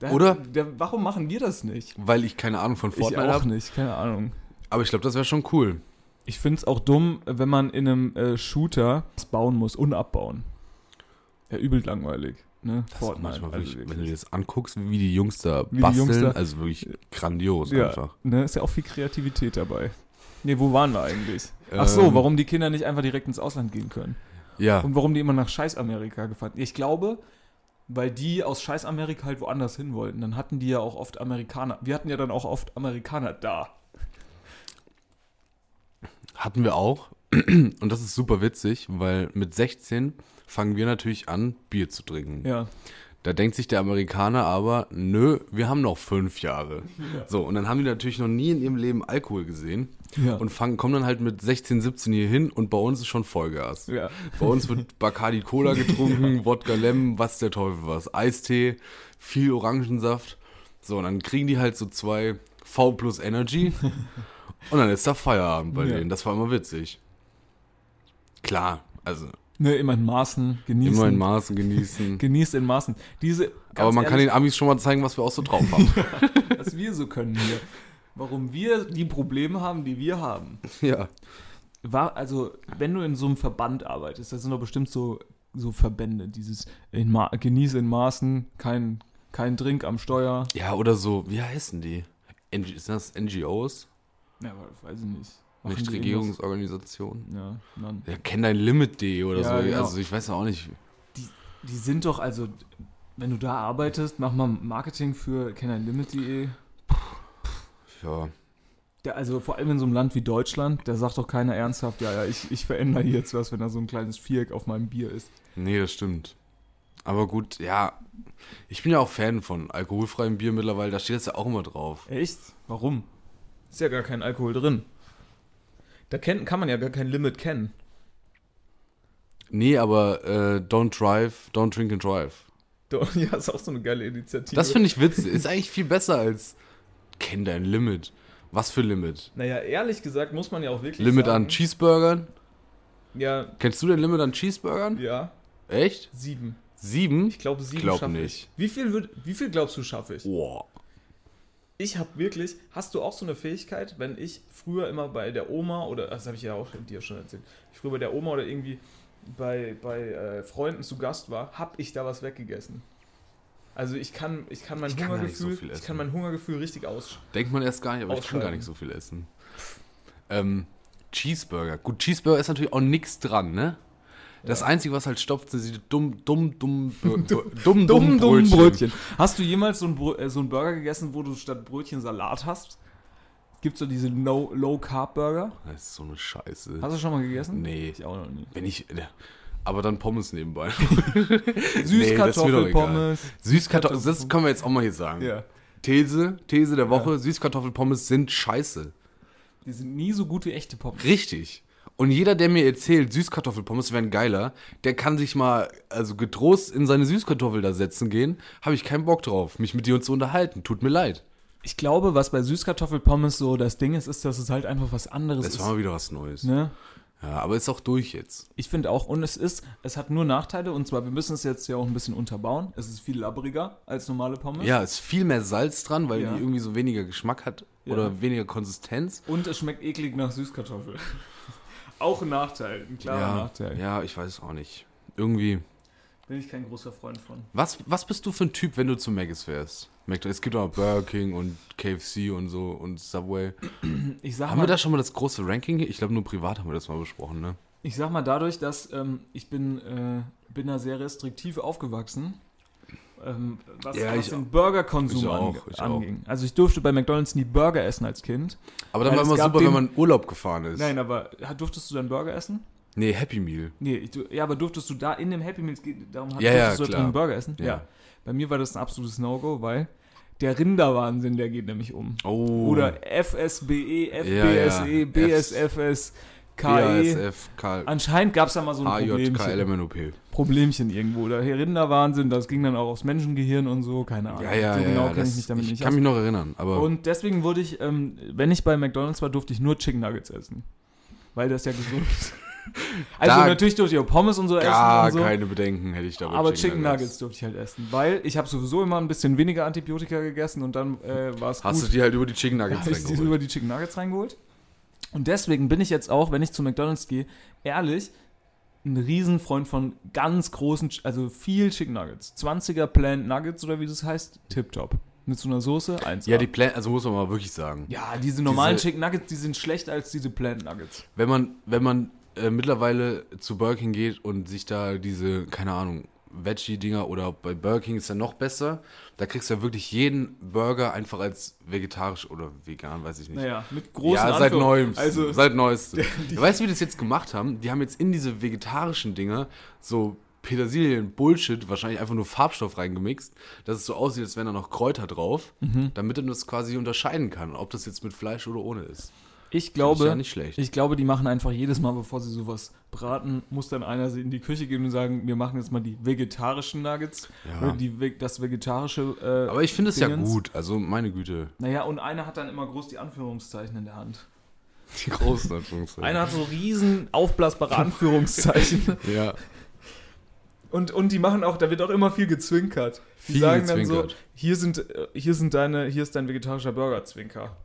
C: Da-
D: Oder?
C: Da, warum machen wir das nicht?
D: Weil ich keine Ahnung von Fortnite
C: ich auch ne-
D: habe.
C: nicht, keine Ahnung.
D: Aber ich glaube, das wäre schon cool.
C: Ich finde es auch dumm, wenn man in einem äh, Shooter was bauen muss und abbauen. Ja, übel langweilig, ne?
D: Das ist manchmal
C: also
D: wirklich, wenn
C: wirklich.
D: du dir das anguckst, wie die Jungs da
C: Wie die
D: basteln,
C: Jungs da-
D: also wirklich grandios
C: Ja,
D: einfach.
C: ne, ist ja auch viel Kreativität dabei. Ne, wo waren wir eigentlich? Ach
D: Ähm.
C: so, warum die Kinder nicht einfach direkt ins Ausland gehen können.
D: Ja,
C: Und warum die immer nach Scheiß-Amerika gefahren Ich glaube, weil die aus Scheiß-Amerika halt woanders hin wollten. Dann hatten die ja auch oft Amerikaner. Wir hatten ja dann auch oft Amerikaner da.
D: hatten wir auch. Und das ist super witzig, weil mit 16 fangen wir natürlich an, Bier zu trinken.
C: Ja.
D: Da denkt sich der Amerikaner aber, nö, wir haben noch fünf Jahre. So, und dann haben die natürlich noch nie in ihrem Leben Alkohol gesehen
C: Ja.
D: und fangen, kommen dann halt mit 16, 17 hier hin und bei uns ist schon Vollgas.
C: Ja.
D: Bei
C: (laughs)
D: uns wird Bacardi Cola getrunken, Wodka Lemon, was der Teufel was, Eistee, viel Orangensaft. So, und dann kriegen die halt so zwei V plus Energy
C: (laughs)
D: und dann ist da Feierabend bei
C: Ja.
D: denen. Das war immer witzig. Klar, also
C: Ne, immer in Maßen genießen.
D: immer in Maßen genießen.
C: Genießt in Maßen. Diese,
D: Aber
C: ganz
D: man kann
C: ehrlich,
D: den Amis schon mal zeigen, was wir auch so drauf
C: (laughs)
D: haben.
C: was wir so können hier. Warum wir die Probleme haben, die wir haben.
D: ja.
C: war, also, wenn du in so einem Verband arbeitest, das sind doch bestimmt so, so Verbände, dieses in Ma Genieße in Maßen, kein, kein Drink am Steuer.
D: ja, oder so, wie heißen die? NG, sind das NGOs?
C: Ja, aber weiß ich nicht. Machen die irgendwas?
D: Nichtregierungsorganisationen?
C: Ja, Mann.
D: Ja, kenn dein Limit.de oder
C: Ja,
D: so.
C: genau.
D: Also ich weiß ja auch nicht.
C: Die sind doch, also, wenn du da arbeitest, mach mal Marketing für kennerlimit.de.
D: Ja.
C: E. Der- Also vor allem in so einem Land wie Deutschland, da sagt doch keiner ernsthaft, ja, ja, ich, ich verändere jetzt was, wenn da so ein kleines Viereck auf meinem Bier ist.
D: Nee, das stimmt. Aber gut, ja. Ich bin ja auch Fan von alkoholfreiem Bier mittlerweile. Da steht das ja auch immer drauf.
C: Echt? Warum? Ist ja gar kein Alkohol drin. Da kennt, kann man ja gar kein Limit kennen.
D: Nee, aber äh, don't drive, don't drink and drive.
C: Doch, (laughs) Ja, ist auch so eine geile Initiative.
D: Das finde ich
C: (laughs)
D: witzig. Ist eigentlich viel besser als kenn dein Limit. Was für Limit?
C: naja, ehrlich gesagt muss man ja auch wirklich
D: Limit
C: sagen,
D: an Cheeseburgern?
C: Ja,
D: Kennst du den Limit an Cheeseburgern?
C: ja,
D: Echt?
C: sieben.
D: Sieben?
C: Ich glaube, sieben
D: Glaub
C: schaffe
D: nicht.
C: ich. Wie viel, würd, wie viel glaubst du, schaffe ich?
D: Boah.
C: Ich habe wirklich, hast du auch so eine Fähigkeit, wenn ich früher immer bei der Oma oder, das habe ich ja auch dir schon erzählt, ich früher bei der Oma oder irgendwie bei, bei äh, Freunden zu Gast war, habe ich da was weggegessen. Also ich kann, ich kann mein
D: Ich kann gar nicht so
C: Hungergefühl,
D: viel
C: ich
D: essen.
C: kann mein Hungergefühl richtig aus.
D: Denkt man erst gar nicht, aber ich kann
C: Ausschalten.
D: gar nicht so viel essen. Ähm, Cheeseburger. Gut, Cheeseburger ist natürlich auch nichts dran, ne? Das Einzige, was halt stopft, sind diese dumm, dumm, dumm,
C: (laughs)
D: Br- Br- dumm, dumm, Brötchen.
C: Hast du jemals so einen, Br- äh, so einen Burger gegessen, wo du statt Brötchen Salat hast? Gibt so diese no, Low-Carb-Burger?
D: Das ist so eine Scheiße.
C: Hast du schon mal gegessen?
D: Nee.
C: Ich auch noch nie.
D: Wenn ich. ne. Aber dann Pommes nebenbei. (laughs)
C: Süßkartoffelpommes.
D: Süßkartoffeln, das können wir jetzt auch mal hier sagen. These, These der Woche, Süßkartoffelpommes sind scheiße.
C: Die sind nie so gut wie echte Pommes.
D: Richtig. Und jeder, der mir erzählt, Süßkartoffelpommes wären geiler, der kann sich mal also getrost in seine Süßkartoffel da setzen gehen. Habe ich keinen Bock drauf, mich mit dir zu unterhalten. Tut mir leid.
C: Ich glaube, was bei Süßkartoffelpommes so das Ding ist, ist, dass es halt einfach was anderes
D: Das war
C: ist.
D: mal wieder was Neues.
C: Ne?
D: Ja, aber ist auch durch jetzt.
C: Ich finde auch, und es ist, es hat nur Nachteile, und zwar, wir müssen es jetzt ja auch ein bisschen unterbauen. Es ist viel labbriger als normale Pommes.
D: Ja, ist viel mehr Salz dran, weil
C: Ja.
D: die irgendwie so weniger Geschmack hat oder weniger Konsistenz.
C: Und es schmeckt eklig nach Süßkartoffel. (laughs) auch ein Nachteil, ein klarer
D: Ja,
C: Nachteil.
D: ja, ich weiß auch nicht. Irgendwie.
C: Bin ich kein großer Freund von.
D: Was, was bist du für ein Typ, wenn du zu Maggis wärst? Mac- Es gibt auch Burger King und KFC und so und Subway.
C: Ich sag
D: Haben
C: mal,
D: wir da schon mal das große Ranking? hier? Ich glaube, nur privat haben wir das mal besprochen, ne?
C: ich sag mal dadurch, dass ähm, ich bin, äh, bin da sehr restriktiv aufgewachsen, ähm, was,
D: Ja,
C: was
D: ich-
C: den Burgerkonsum
D: ich auch,
C: ange-
D: ich auch.
C: anging. Also ich durfte bei McDonald's nie Burger essen als Kind.
D: Aber dann
C: Weil
D: war
C: es
D: immer
C: gab
D: super, wenn
C: den-
D: man in Urlaub gefahren ist.
C: Nein, aber hat- durftest du dann Burger essen?
D: Nee, Happy Meal.
C: Nee, ich, du- ja, aber durftest du da in dem Happy Meals, ge- darum hat-
D: Ja, ja,
C: durftest du da
D: klar.
C: drin einen Burger essen?
D: Ja.
C: Bei mir war das ein absolutes No-Go, weil der Rinderwahnsinn, der geht nämlich um.
D: Oh.
C: Oder FSBE,
D: Ja, ja.
C: FBSE, BSFS, KE.
D: BASF, K,
C: E. Anscheinend gab es da mal so ein
D: AJK,
C: Problemchen,
D: LMNOP.
C: Problemchen irgendwo. Oder hier Rinderwahnsinn, das ging dann auch aufs Menschengehirn und so, keine Ahnung.
D: Ja, ja,
C: so
D: ja.
C: genau
D: ja,
C: kenne ich
D: das-
C: mich damit
D: ich
C: nicht
D: kann
C: aus.
D: mich noch erinnern, aber
C: Und deswegen wurde ich, ähm, wenn ich bei McDonalds war, durfte ich nur Chicken Nuggets essen. Weil das ja gesund ist.
D: (laughs)
C: Also
D: Da-
C: natürlich durfte ich auch Pommes und so
D: gar
C: essen und so.
D: keine Bedenken hätte ich dabei.
C: aber Chicken Nuggets. durfte ich halt essen. Weil ich habe sowieso immer ein bisschen weniger Antibiotika gegessen und dann äh, war es gut.
D: Hast du die halt über die Chicken Nuggets
C: Habe ich die
D: reingeholt?
C: über die Chicken Nuggets reingeholt. Und deswegen bin ich jetzt auch, wenn ich zu McDonalds gehe, ehrlich, ein Riesenfreund von ganz großen, Ch- also viel Chicken Nuggets. 20er Plant Nuggets oder wie das heißt, tipptopp. Mit so einer Soße, eins.
D: Ja, die Pläne, also muss man mal wirklich sagen.
C: ja, diese normalen
D: Diese-
C: Chicken Nuggets, die sind schlechter als diese Plant Nuggets.
D: Wenn man, wenn man äh, mittlerweile zu Burger King geht und sich da diese, keine Ahnung, Veggie-Dinger oder bei Burger King ist ja noch besser, da kriegst du ja wirklich jeden Burger einfach als vegetarisch oder vegan, weiß ich nicht.
C: Naja, mit großen
D: ja, seit
C: Anführungs-
D: neuem.
C: Also, (laughs)
D: seit neuestem. Du weißt, wie die das jetzt gemacht haben? Die haben jetzt in diese vegetarischen Dinger so Petersilien Bullshit, wahrscheinlich einfach nur Farbstoff reingemixt, dass es so aussieht, als wären da noch Kräuter drauf,
C: Mhm.
D: damit man das quasi unterscheiden kann, ob das jetzt mit Fleisch oder ohne ist.
C: ich glaube,
D: ja nicht schlecht.
C: ich glaube, die machen einfach jedes Mal, bevor sie sowas braten, muss dann einer in die Küche gehen und sagen, wir machen jetzt mal die vegetarischen Nuggets.
D: Ja.
C: Oder die, ve- das vegetarische. Äh,
D: Aber ich finde es ja
C: Dingens.
D: gut, also meine Güte, (laughs)
C: Naja, und einer hat dann immer groß die Anführungszeichen in der Hand.
D: die großen Anführungszeichen.
C: Einer hat so riesen (laughs) aufblasbare (laughs) Anführungszeichen.
D: ja.
C: Und, und die machen auch, da wird auch immer viel gezwinkert. Die
D: Viel
C: sagen dann so,
D: gezwinkert.
C: hier sind, äh, hier sind deine, hier ist dein vegetarischer Burger, Zwinker.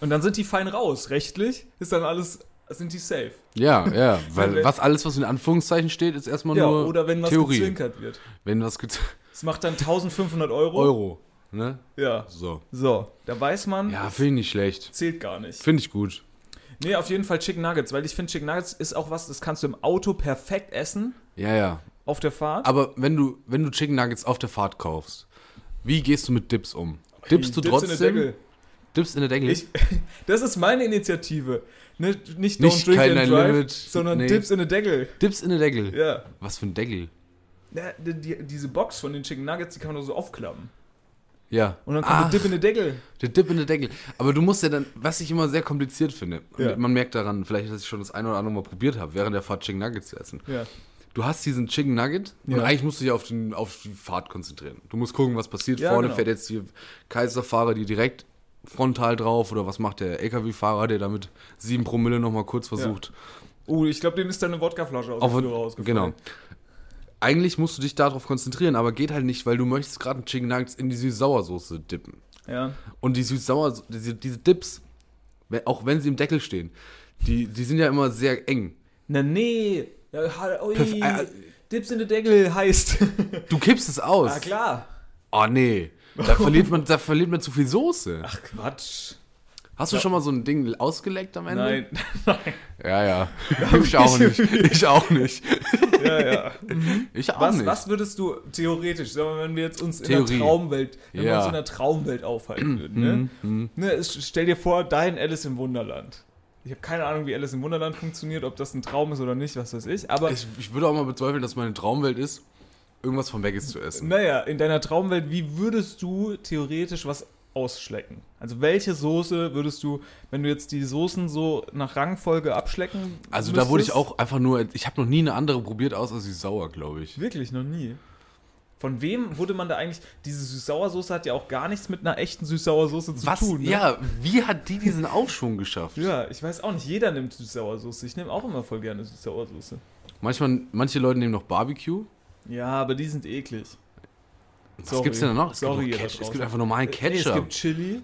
C: Und dann sind die fein raus. Rechtlich ist dann alles, sind die safe.
D: Ja, ja,
C: Wenn
D: weil
C: wir-
D: was alles, was in Anführungszeichen steht, ist erstmal
C: Ja,
D: nur
C: oder wenn was
D: Theorie.
C: gezwinkert wird.
D: Wenn was gez (laughs)
C: Das macht dann 1500 Euro.
D: Euro, ne?
C: Ja.
D: So.
C: So, da weiß man,
D: Ja, finde ich nicht schlecht.
C: zählt gar nicht.
D: Finde ich gut.
C: Nee, auf jeden Fall Chicken Nuggets, weil ich finde, Chicken Nuggets ist auch was, das kannst du im Auto perfekt essen,
D: Ja, ja.
C: auf der Fahrt.
D: Aber wenn du, wenn du Chicken Nuggets auf der Fahrt kaufst, wie gehst du mit Dips um? Dippst du
C: Dips in den
D: trotzdem?
C: Deckel.
D: Dips in der Deckel?
C: Ich, das ist meine Initiative. Ne, nicht Don't
D: Nicht
C: Drink
D: kein
C: and
D: Dein
C: Drive,
D: Limit,
C: sondern
D: nee.
C: Dips in den Deckel.
D: Dips in der Deckel.
C: Ja.
D: Was für ein Deckel?
C: Ja, die, die, diese Box von den Chicken Nuggets, die kann man doch so aufklappen.
D: Ja. Ah.
C: Und dann kommt
D: Ach.
C: der Dip in den Deckel.
D: Der Dip in den Deckel. Aber du musst ja dann, was ich immer sehr kompliziert finde,
C: Ja.
D: man merkt daran, vielleicht, dass ich schon das eine oder andere Mal probiert habe, während der Fahrt Chicken Nuggets zu essen.
C: Ja.
D: Du hast diesen Chicken Nugget und
C: Ja.
D: eigentlich musst du dich auf, den, auf die Fahrt konzentrieren. Du musst gucken, was passiert.
C: Ja,
D: Vorne
C: genau.
D: fährt jetzt hier Kaiserfahrer, die direkt frontal drauf oder was macht der LKW-Fahrer, der damit 7 Promille nochmal kurz versucht.
C: Oh, ich glaube, dem ist da eine Wodkaflasche aus
D: Auf,
C: dem Führer rausgefallen.
D: genau. Eigentlich musst du dich darauf konzentrieren, aber geht halt nicht, weil du möchtest gerade einen Chicken Nuggets in die Süß-Sauersoße dippen.
C: Ja.
D: Und die süß-sauer, diese, diese Dips, we- auch wenn sie im Deckel stehen, die, die sind ja immer sehr eng.
C: Na nee. Ja, ha- ui,
D: Perf- äh, äh.
C: Dips in den Deckel heißt. (laughs)
D: Du kippst es aus.
C: Na klar.
D: Oh nee, da verliert, man, da verliert man zu viel Soße.
C: Ach Quatsch.
D: Hast du schon mal so ein Ding ausgeleckt am Ende?
C: Nein. (laughs) Nein. (laughs)
D: Ja, ja. (laughs) Ich auch nicht. Ich auch nicht.
C: Ja, ja.
D: (laughs) Ich auch
C: Was,
D: nicht.
C: was würdest du theoretisch, sagen wir, mal, wenn wir jetzt uns
D: Theorie.
C: in der Traumwelt, wenn wir
D: Ja. Mhm,
C: uns in der Traumwelt aufhalten würden, ne? ne, es- stell dir vor, dein Alice im Wunderland. Ich habe keine Ahnung, wie Alice im Wunderland funktioniert, ob das ein Traum ist oder nicht, was weiß ich, aber
D: Ich, ich würde auch mal bezweifeln, dass meine Traumwelt ist, irgendwas von Weg ist zu essen.
C: naja, in deiner Traumwelt, wie würdest du theoretisch was ausschlecken? Also welche Soße würdest du, wenn du jetzt die Soßen so nach Rangfolge abschlecken
D: Also da wurde ich
C: müsstest?
D: auch einfach nur, ich habe noch nie eine andere probiert, außer sie ist sauer, glaube ich.
C: Wirklich, noch nie. Von wem wurde man da eigentlich. Diese Süß-Sauersoße hat ja auch gar nichts mit einer echten Süß-Sauersoße zu
D: Was?
C: tun. Ne?
D: Ja, wie hat die diesen Aufschwung geschafft?
C: ja, ich weiß auch nicht. Jeder nimmt Süß-Sauersoße. Ich nehme auch immer voll gerne Süß-Sauersoße.
D: Manchmal, manche Leute nehmen noch Barbecue.
C: Ja, aber die sind eklig.
D: Was
C: Sorry.
D: gibt's denn da noch? Es,
C: Sorry,
D: gibt,
C: ihr
D: noch
C: da
D: Ketchup. es gibt
C: draußen.
D: einfach normalen
C: Ey, Äh, es
D: Ketchup.
C: gibt Chili,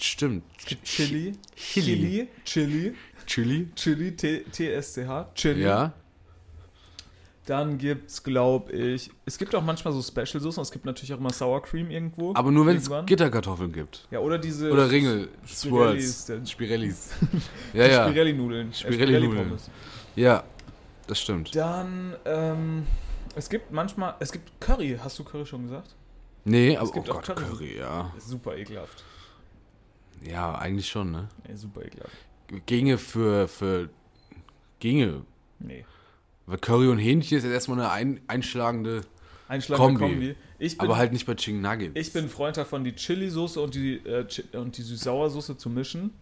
D: Stimmt.
C: Chili,
D: Chili.
C: Chili, Chili,
D: Chili?
C: Chili, T- TSCH, Chili.
D: Ja.
C: Dann gibt's, glaube ich, es gibt auch manchmal so Special-Soßen. Es gibt natürlich auch immer Sour Cream irgendwo.
D: Aber nur wenn es
C: Irgendwann.
D: Gitterkartoffeln gibt.
C: Ja, oder diese.
D: Oder Ringel.
C: Spirellis,
D: Swirls.
C: der- (laughs)
D: Spirellis. ja, ja.
C: Spirelli-Nudeln. äh,
D: Spirelli-Nudeln.
C: Spirelli-Pommes.
D: Ja, das stimmt.
C: Dann, ähm, es gibt manchmal, es gibt Curry, hast du Curry schon gesagt?
D: Nee, aber oh
C: gibt auch
D: Gott,
C: Curry.
D: Curry, ja.
C: Ist super ekelhaft.
D: Ja, eigentlich schon, ne?
C: Nee, super ekelhaft.
D: Ginge für, für Ginge.
C: Nee.
D: Weil Curry und Hähnchen ist jetzt erstmal eine ein, einschlagende,
C: Einschlagende
D: Kombi.
C: Kombi. Ich bin,
D: aber halt nicht bei Chicken Nuggets.
C: ich bin Freund davon, die Chili-Soße und die, äh, Chi- und die Süß-Sauer-Soße zu mischen.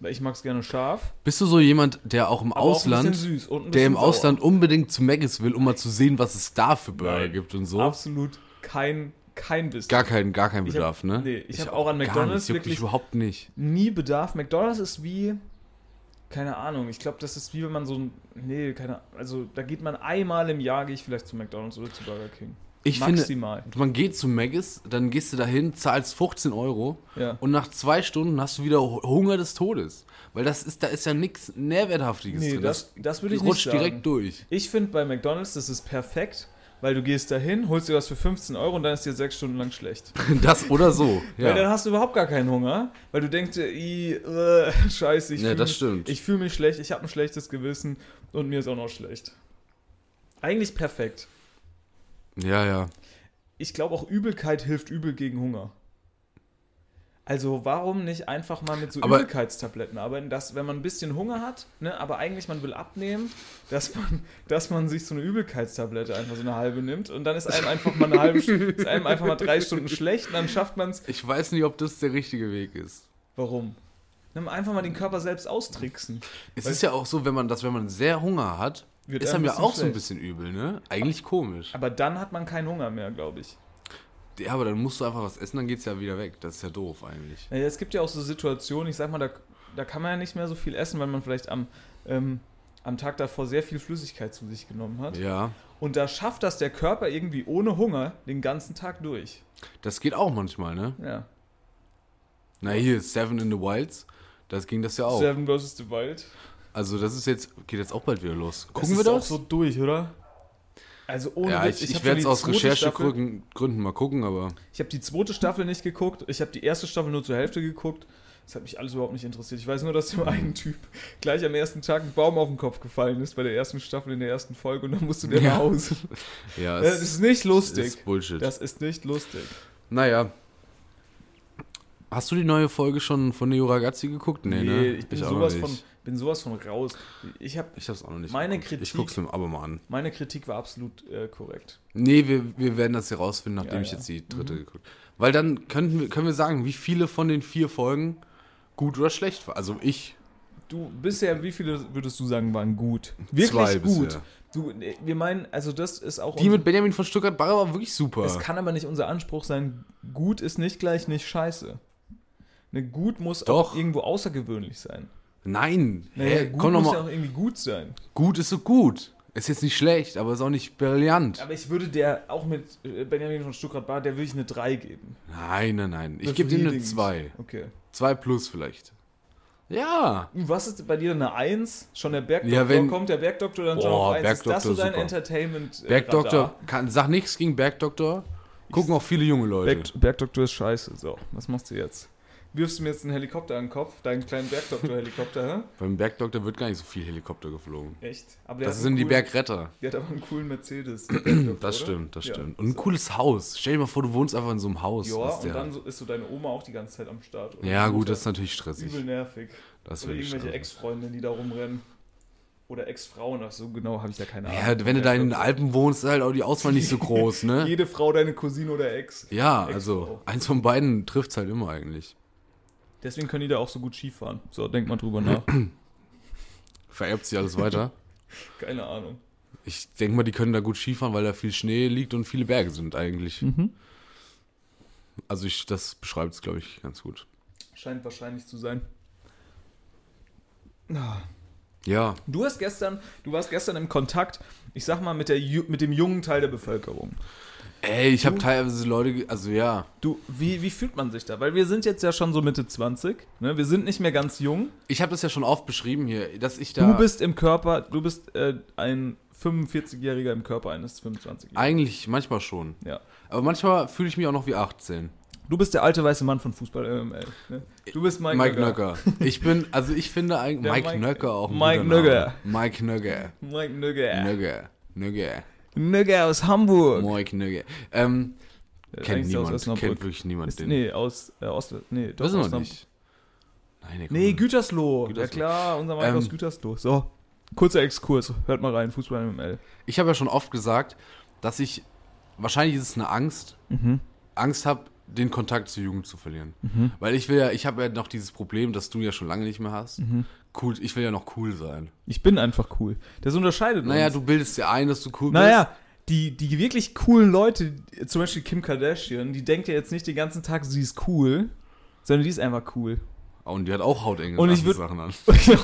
C: Weil ich mag es gerne scharf.
D: Bist du so jemand, der auch im
C: aber Auch ein
D: Ausland,
C: bisschen süß und ein
D: der
C: bisschen
D: im
C: sauer.
D: Ausland unbedingt zu Maggis will, um mal zu sehen, was es da für Burger
C: Nein.
D: gibt und so?
C: Absolut kein, kein Biss.
D: Gar keinen, gar keinen
C: Ich hab-
D: Bedarf, ne?
C: nee, ich hab auch an
D: gar
C: McDonald's
D: nicht, juckt mich
C: wirklich-
D: überhaupt nicht.
C: Nie Bedarf. McDonalds ist wie. Keine Ahnung, ich glaube, das ist wie wenn man so ein. Nee, keine Also, da geht man einmal im Jahr, gehe ich vielleicht zu McDonalds oder zu Burger King.
D: Ich
C: Maximal.
D: finde, man geht zu Maggis, dann gehst du dahin, zahlst 15 Euro
C: Ja.
D: und nach zwei Stunden hast du wieder Hu- Hunger des Todes. Weil das ist, da ist ja nichts Nährwerthaftiges
C: Nee,
D: drin.
C: das, das würde ich nicht
D: rutscht
C: sagen.
D: direkt durch. (laughs)
C: Ich finde bei McDonalds, das ist perfekt, weil du gehst dahin, holst dir was für 15 Euro und dann ist dir sechs Stunden lang schlecht.
D: Das oder so.
C: (laughs) Weil dann
D: Ja.
C: hast du überhaupt gar keinen Hunger, weil du denkst, dir, "Ih, äh, (laughs) scheiße, ich
D: Ja,
C: fühle
D: das
C: mich,
D: stimmt.
C: ich fühl mich schlecht, ich habe ein schlechtes Gewissen und mir ist auch noch schlecht. Eigentlich perfekt.
D: ja, ja.
C: Ich glaube auch Übelkeit hilft übel gegen Hunger. Also warum nicht einfach mal mit so
D: Aber-
C: Übelkeitstabletten arbeiten, dass wenn man ein bisschen Hunger hat, ne, aber eigentlich man will abnehmen, dass man, dass man sich so eine Übelkeitstablette einfach so eine halbe nimmt und dann ist einem einfach mal eine halbe, Stu- ist einem einfach mal drei Stunden schlecht und dann schafft man es.
D: Ich weiß nicht, ob das der richtige Weg ist.
C: Warum? Nimm einfach mal den Körper selbst austricksen.
D: Es
C: Weil-
D: ist ja auch so, wenn man, dass wenn man sehr Hunger hat,
C: Wird
D: ist
C: einem
D: einem ja
C: ein bisschen
D: auch so ein
C: schlecht.
D: bisschen übel, ne? Eigentlich komisch.
C: Aber dann hat man keinen Hunger mehr, glaube ich.
D: Ja, aber dann musst du einfach was essen, dann geht's ja wieder weg. Das ist ja doof eigentlich.
C: Naja, es gibt ja auch so Situationen, ich sag mal, da, da kann man ja nicht mehr so viel essen, weil man vielleicht am, ähm, am Tag davor sehr viel Flüssigkeit zu sich genommen hat.
D: Ja,
C: Und da schafft das der Körper irgendwie ohne Hunger den ganzen Tag durch.
D: das geht auch manchmal, ne?
C: Ja.
D: Na hier, Seven in the Wilds, das ging das ja auch.
C: Seven vs. the Wild.
D: Also das ist jetzt, geht jetzt auch bald wieder los. Gucken
C: das
D: wir
C: ist auch
D: das?
C: so durch, oder? Also ohne
D: ja,
C: Witz,
D: ich, ich,
C: hab schon
D: werde es
C: die
D: aus
C: zweite Staffel-
D: Recherchegründen Gründen mal gucken, aber
C: Ich habe die zweite Staffel nicht geguckt. Ich habe die erste Staffel nur zur Hälfte geguckt. Das hat mich alles überhaupt nicht interessiert. Ich weiß nur, dass dem einen Typ gleich am ersten Tag ein Baum auf den Kopf gefallen ist bei der ersten Staffel in der ersten Folge und dann musste der
D: Ja.
C: nach Hause.
D: ja,
C: Äh, Das
D: es
C: ist nicht lustig.
D: ist Bullshit.
C: Das ist nicht lustig.
D: naja, Hast du die neue Folge schon von Neo Ragazzi geguckt?
C: Nee,
D: ne?
C: ich bin
D: auch noch
C: sowas,
D: nicht.
C: von, bin sowas von raus. Ich hab,
D: Ich hab's auch noch nicht.
C: Meine
D: geguckt. Ich
C: Kritik-
D: guck's mir aber mal an.
C: meine Kritik war absolut äh, korrekt.
D: Nee, wir, wir werden das hier rausfinden,
C: Ja,
D: nachdem ich
C: ja. Mhm.
D: jetzt die dritte geguckt habe. Weil dann könnten wir, können wir sagen, wie viele von den vier Folgen gut oder schlecht waren. Also ich.
C: Du, bisher, wie viele würdest du sagen, waren gut? Wirklich
D: Zwei
C: gut.
D: bisher.
C: Du, nee, wir meinen, also das ist auch.
D: Die
C: unser-
D: mit Benjamin von Stuttgart-Barre war wirklich super.
C: es kann aber nicht unser Anspruch sein, gut ist nicht gleich nicht scheiße. Ne, gut muss
D: Doch.
C: auch irgendwo außergewöhnlich sein.
D: Nein.
C: Naja,
D: Hä?
C: gut
D: Komm
C: muss
D: nochmal.
C: ja auch irgendwie gut sein.
D: Gut ist so gut. Ist jetzt nicht schlecht, aber ist auch nicht brillant.
C: Aber ich würde der, auch mit äh, Benjamin von Stuttgart-Bar, der würde ich eine 3 geben.
D: nein, nein, nein. Ich
C: Das
D: gebe dir eine
C: Reading.
D: 2.
C: Okay.
D: 2 plus vielleicht. Ja.
C: Und Was ist bei dir eine 1? Schon der Bergdoktor?
D: Ja, wenn-
C: kommt der Bergdoktor dann schon
D: Boah,
C: auf 1? Ist das
D: Bergdoktor
C: so dein
D: super.
C: Entertainment? äh,
D: Bergdoktor.
C: Radar?
D: Kann, sag nichts gegen Bergdoktor. Gucken auch viele junge Leute.
C: Berg, Bergdoktor ist scheiße. So, was machst du jetzt? Wirfst du mir jetzt einen Helikopter an den Kopf? Deinen kleinen Bergdoktor-Helikopter, hä?
D: Beim Bergdoktor wird gar nicht so viel Helikopter geflogen.
C: Echt? Aber der
D: Das
C: hat
D: sind
C: einen
D: die
C: coolen-
D: Bergretter.
C: Der hat aber einen coolen Mercedes.
D: (clears throat) Das stimmt, das
C: Ja.
D: stimmt. Und ein cooles Haus. Stell dir mal vor, du wohnst einfach in so einem Haus.
C: Ja,
D: Das ist
C: und
D: der-
C: dann so, ist so deine Oma auch die ganze Zeit am Start. oder?
D: ja, gut,
C: Mutter.
D: das ist natürlich
C: übel
D: stressig.
C: nervig.
D: Das
C: Oder
D: will ich
C: irgendwelche
D: schon.
C: Ex-Freundinnen, die da rumrennen. Oder Ex-Frauen, ach so genau habe ich da keine Ahnung.
D: Ja, wenn du da in den Alpen wohnst, ist halt auch die Auswahl
C: (laughs)
D: nicht so groß, ne?
C: Jede Frau deine Cousine oder Ex.
D: Ja,
C: Ex-Frau.
D: also eins von beiden trifft's halt immer eigentlich.
C: Deswegen können die da auch so gut Skifahren. So, denk mal drüber
D: (clears throat)
C: nach.
D: Vererbt sich alles
C: (laughs)
D: weiter.
C: keine Ahnung.
D: Ich denke mal, die können da gut Skifahren, weil da viel Schnee liegt und viele Berge sind eigentlich.
C: Mhm.
D: Also ich, das beschreibt es, glaube ich, ganz gut.
C: Scheint wahrscheinlich zu sein. Ah,
D: Ja,
C: Du hast gestern, du warst gestern im Kontakt, ich sag mal, mit, der, Ju- mit dem jungen Teil der Bevölkerung.
D: ey, ich habe teilweise Leute, ge- also ja,
C: Du, wie, wie fühlt man sich da? Weil wir sind jetzt ja schon so Mitte 20, ne? Wir sind nicht mehr ganz jung.
D: ich habe das ja schon oft beschrieben hier, dass ich da...
C: Du bist im Körper, du bist äh, ein 45-Jähriger im Körper eines 25-Jährigen.
D: Eigentlich manchmal schon.
C: Ja.
D: Aber manchmal fühle ich mich auch noch wie 18.
C: Du bist der alte weiße Mann von Fußball MML. Ne? Du bist Mike,
D: Mike Nöcker. Ich bin, also ich finde eigentlich
C: Der
D: Mike,
C: Mike-
D: Nöcker auch ein
C: Mike
D: guter
C: Nöcker.
D: Name. Mike Nöcker.
C: Mike Nöger.
D: Nöcker. Nöcker.
C: Nöger aus Hamburg.
D: Mike Nöcker. Ähm,
C: Äh, eigentlich ist
D: kennt
C: er aus
D: niemand.
C: Osnabrück.
D: Kennt wirklich niemand
C: Ist,
D: den.
C: nee, aus äh, Ost... Nee, doch,
D: Wissen wir
C: Osnab-
D: nicht. Nein, der
C: Nee,
D: kommt-
C: Gütersloh. Ja
D: Gütersloh.
C: klar, unser Mike
D: Ähm,
C: aus Gütersloh. So, kurzer Exkurs. Hört mal rein, Fußball MML.
D: Ich habe ja schon oft gesagt, dass ich, wahrscheinlich ist es eine Angst,
C: Mhm.
D: Angst habe, den Kontakt zur Jugend zu verlieren. Weil ich will ja, ich habe ja noch dieses Problem, das du ja schon lange nicht mehr hast.
C: Mhm.
D: Cool, ich will ja noch cool sein.
C: Ich bin einfach cool. Das unterscheidet
D: Naja,
C: uns.
D: du bildest dir ein, dass du cool bist.
C: Naja, die, die wirklich coolen Leute, zum Beispiel Kim Kardashian, die denkt ja jetzt nicht den ganzen Tag, sie ist cool, sondern die ist einfach cool. (laughs)
D: Ah, Und die hat auch Hautengel
C: Und ich würd-
D: Sachen an.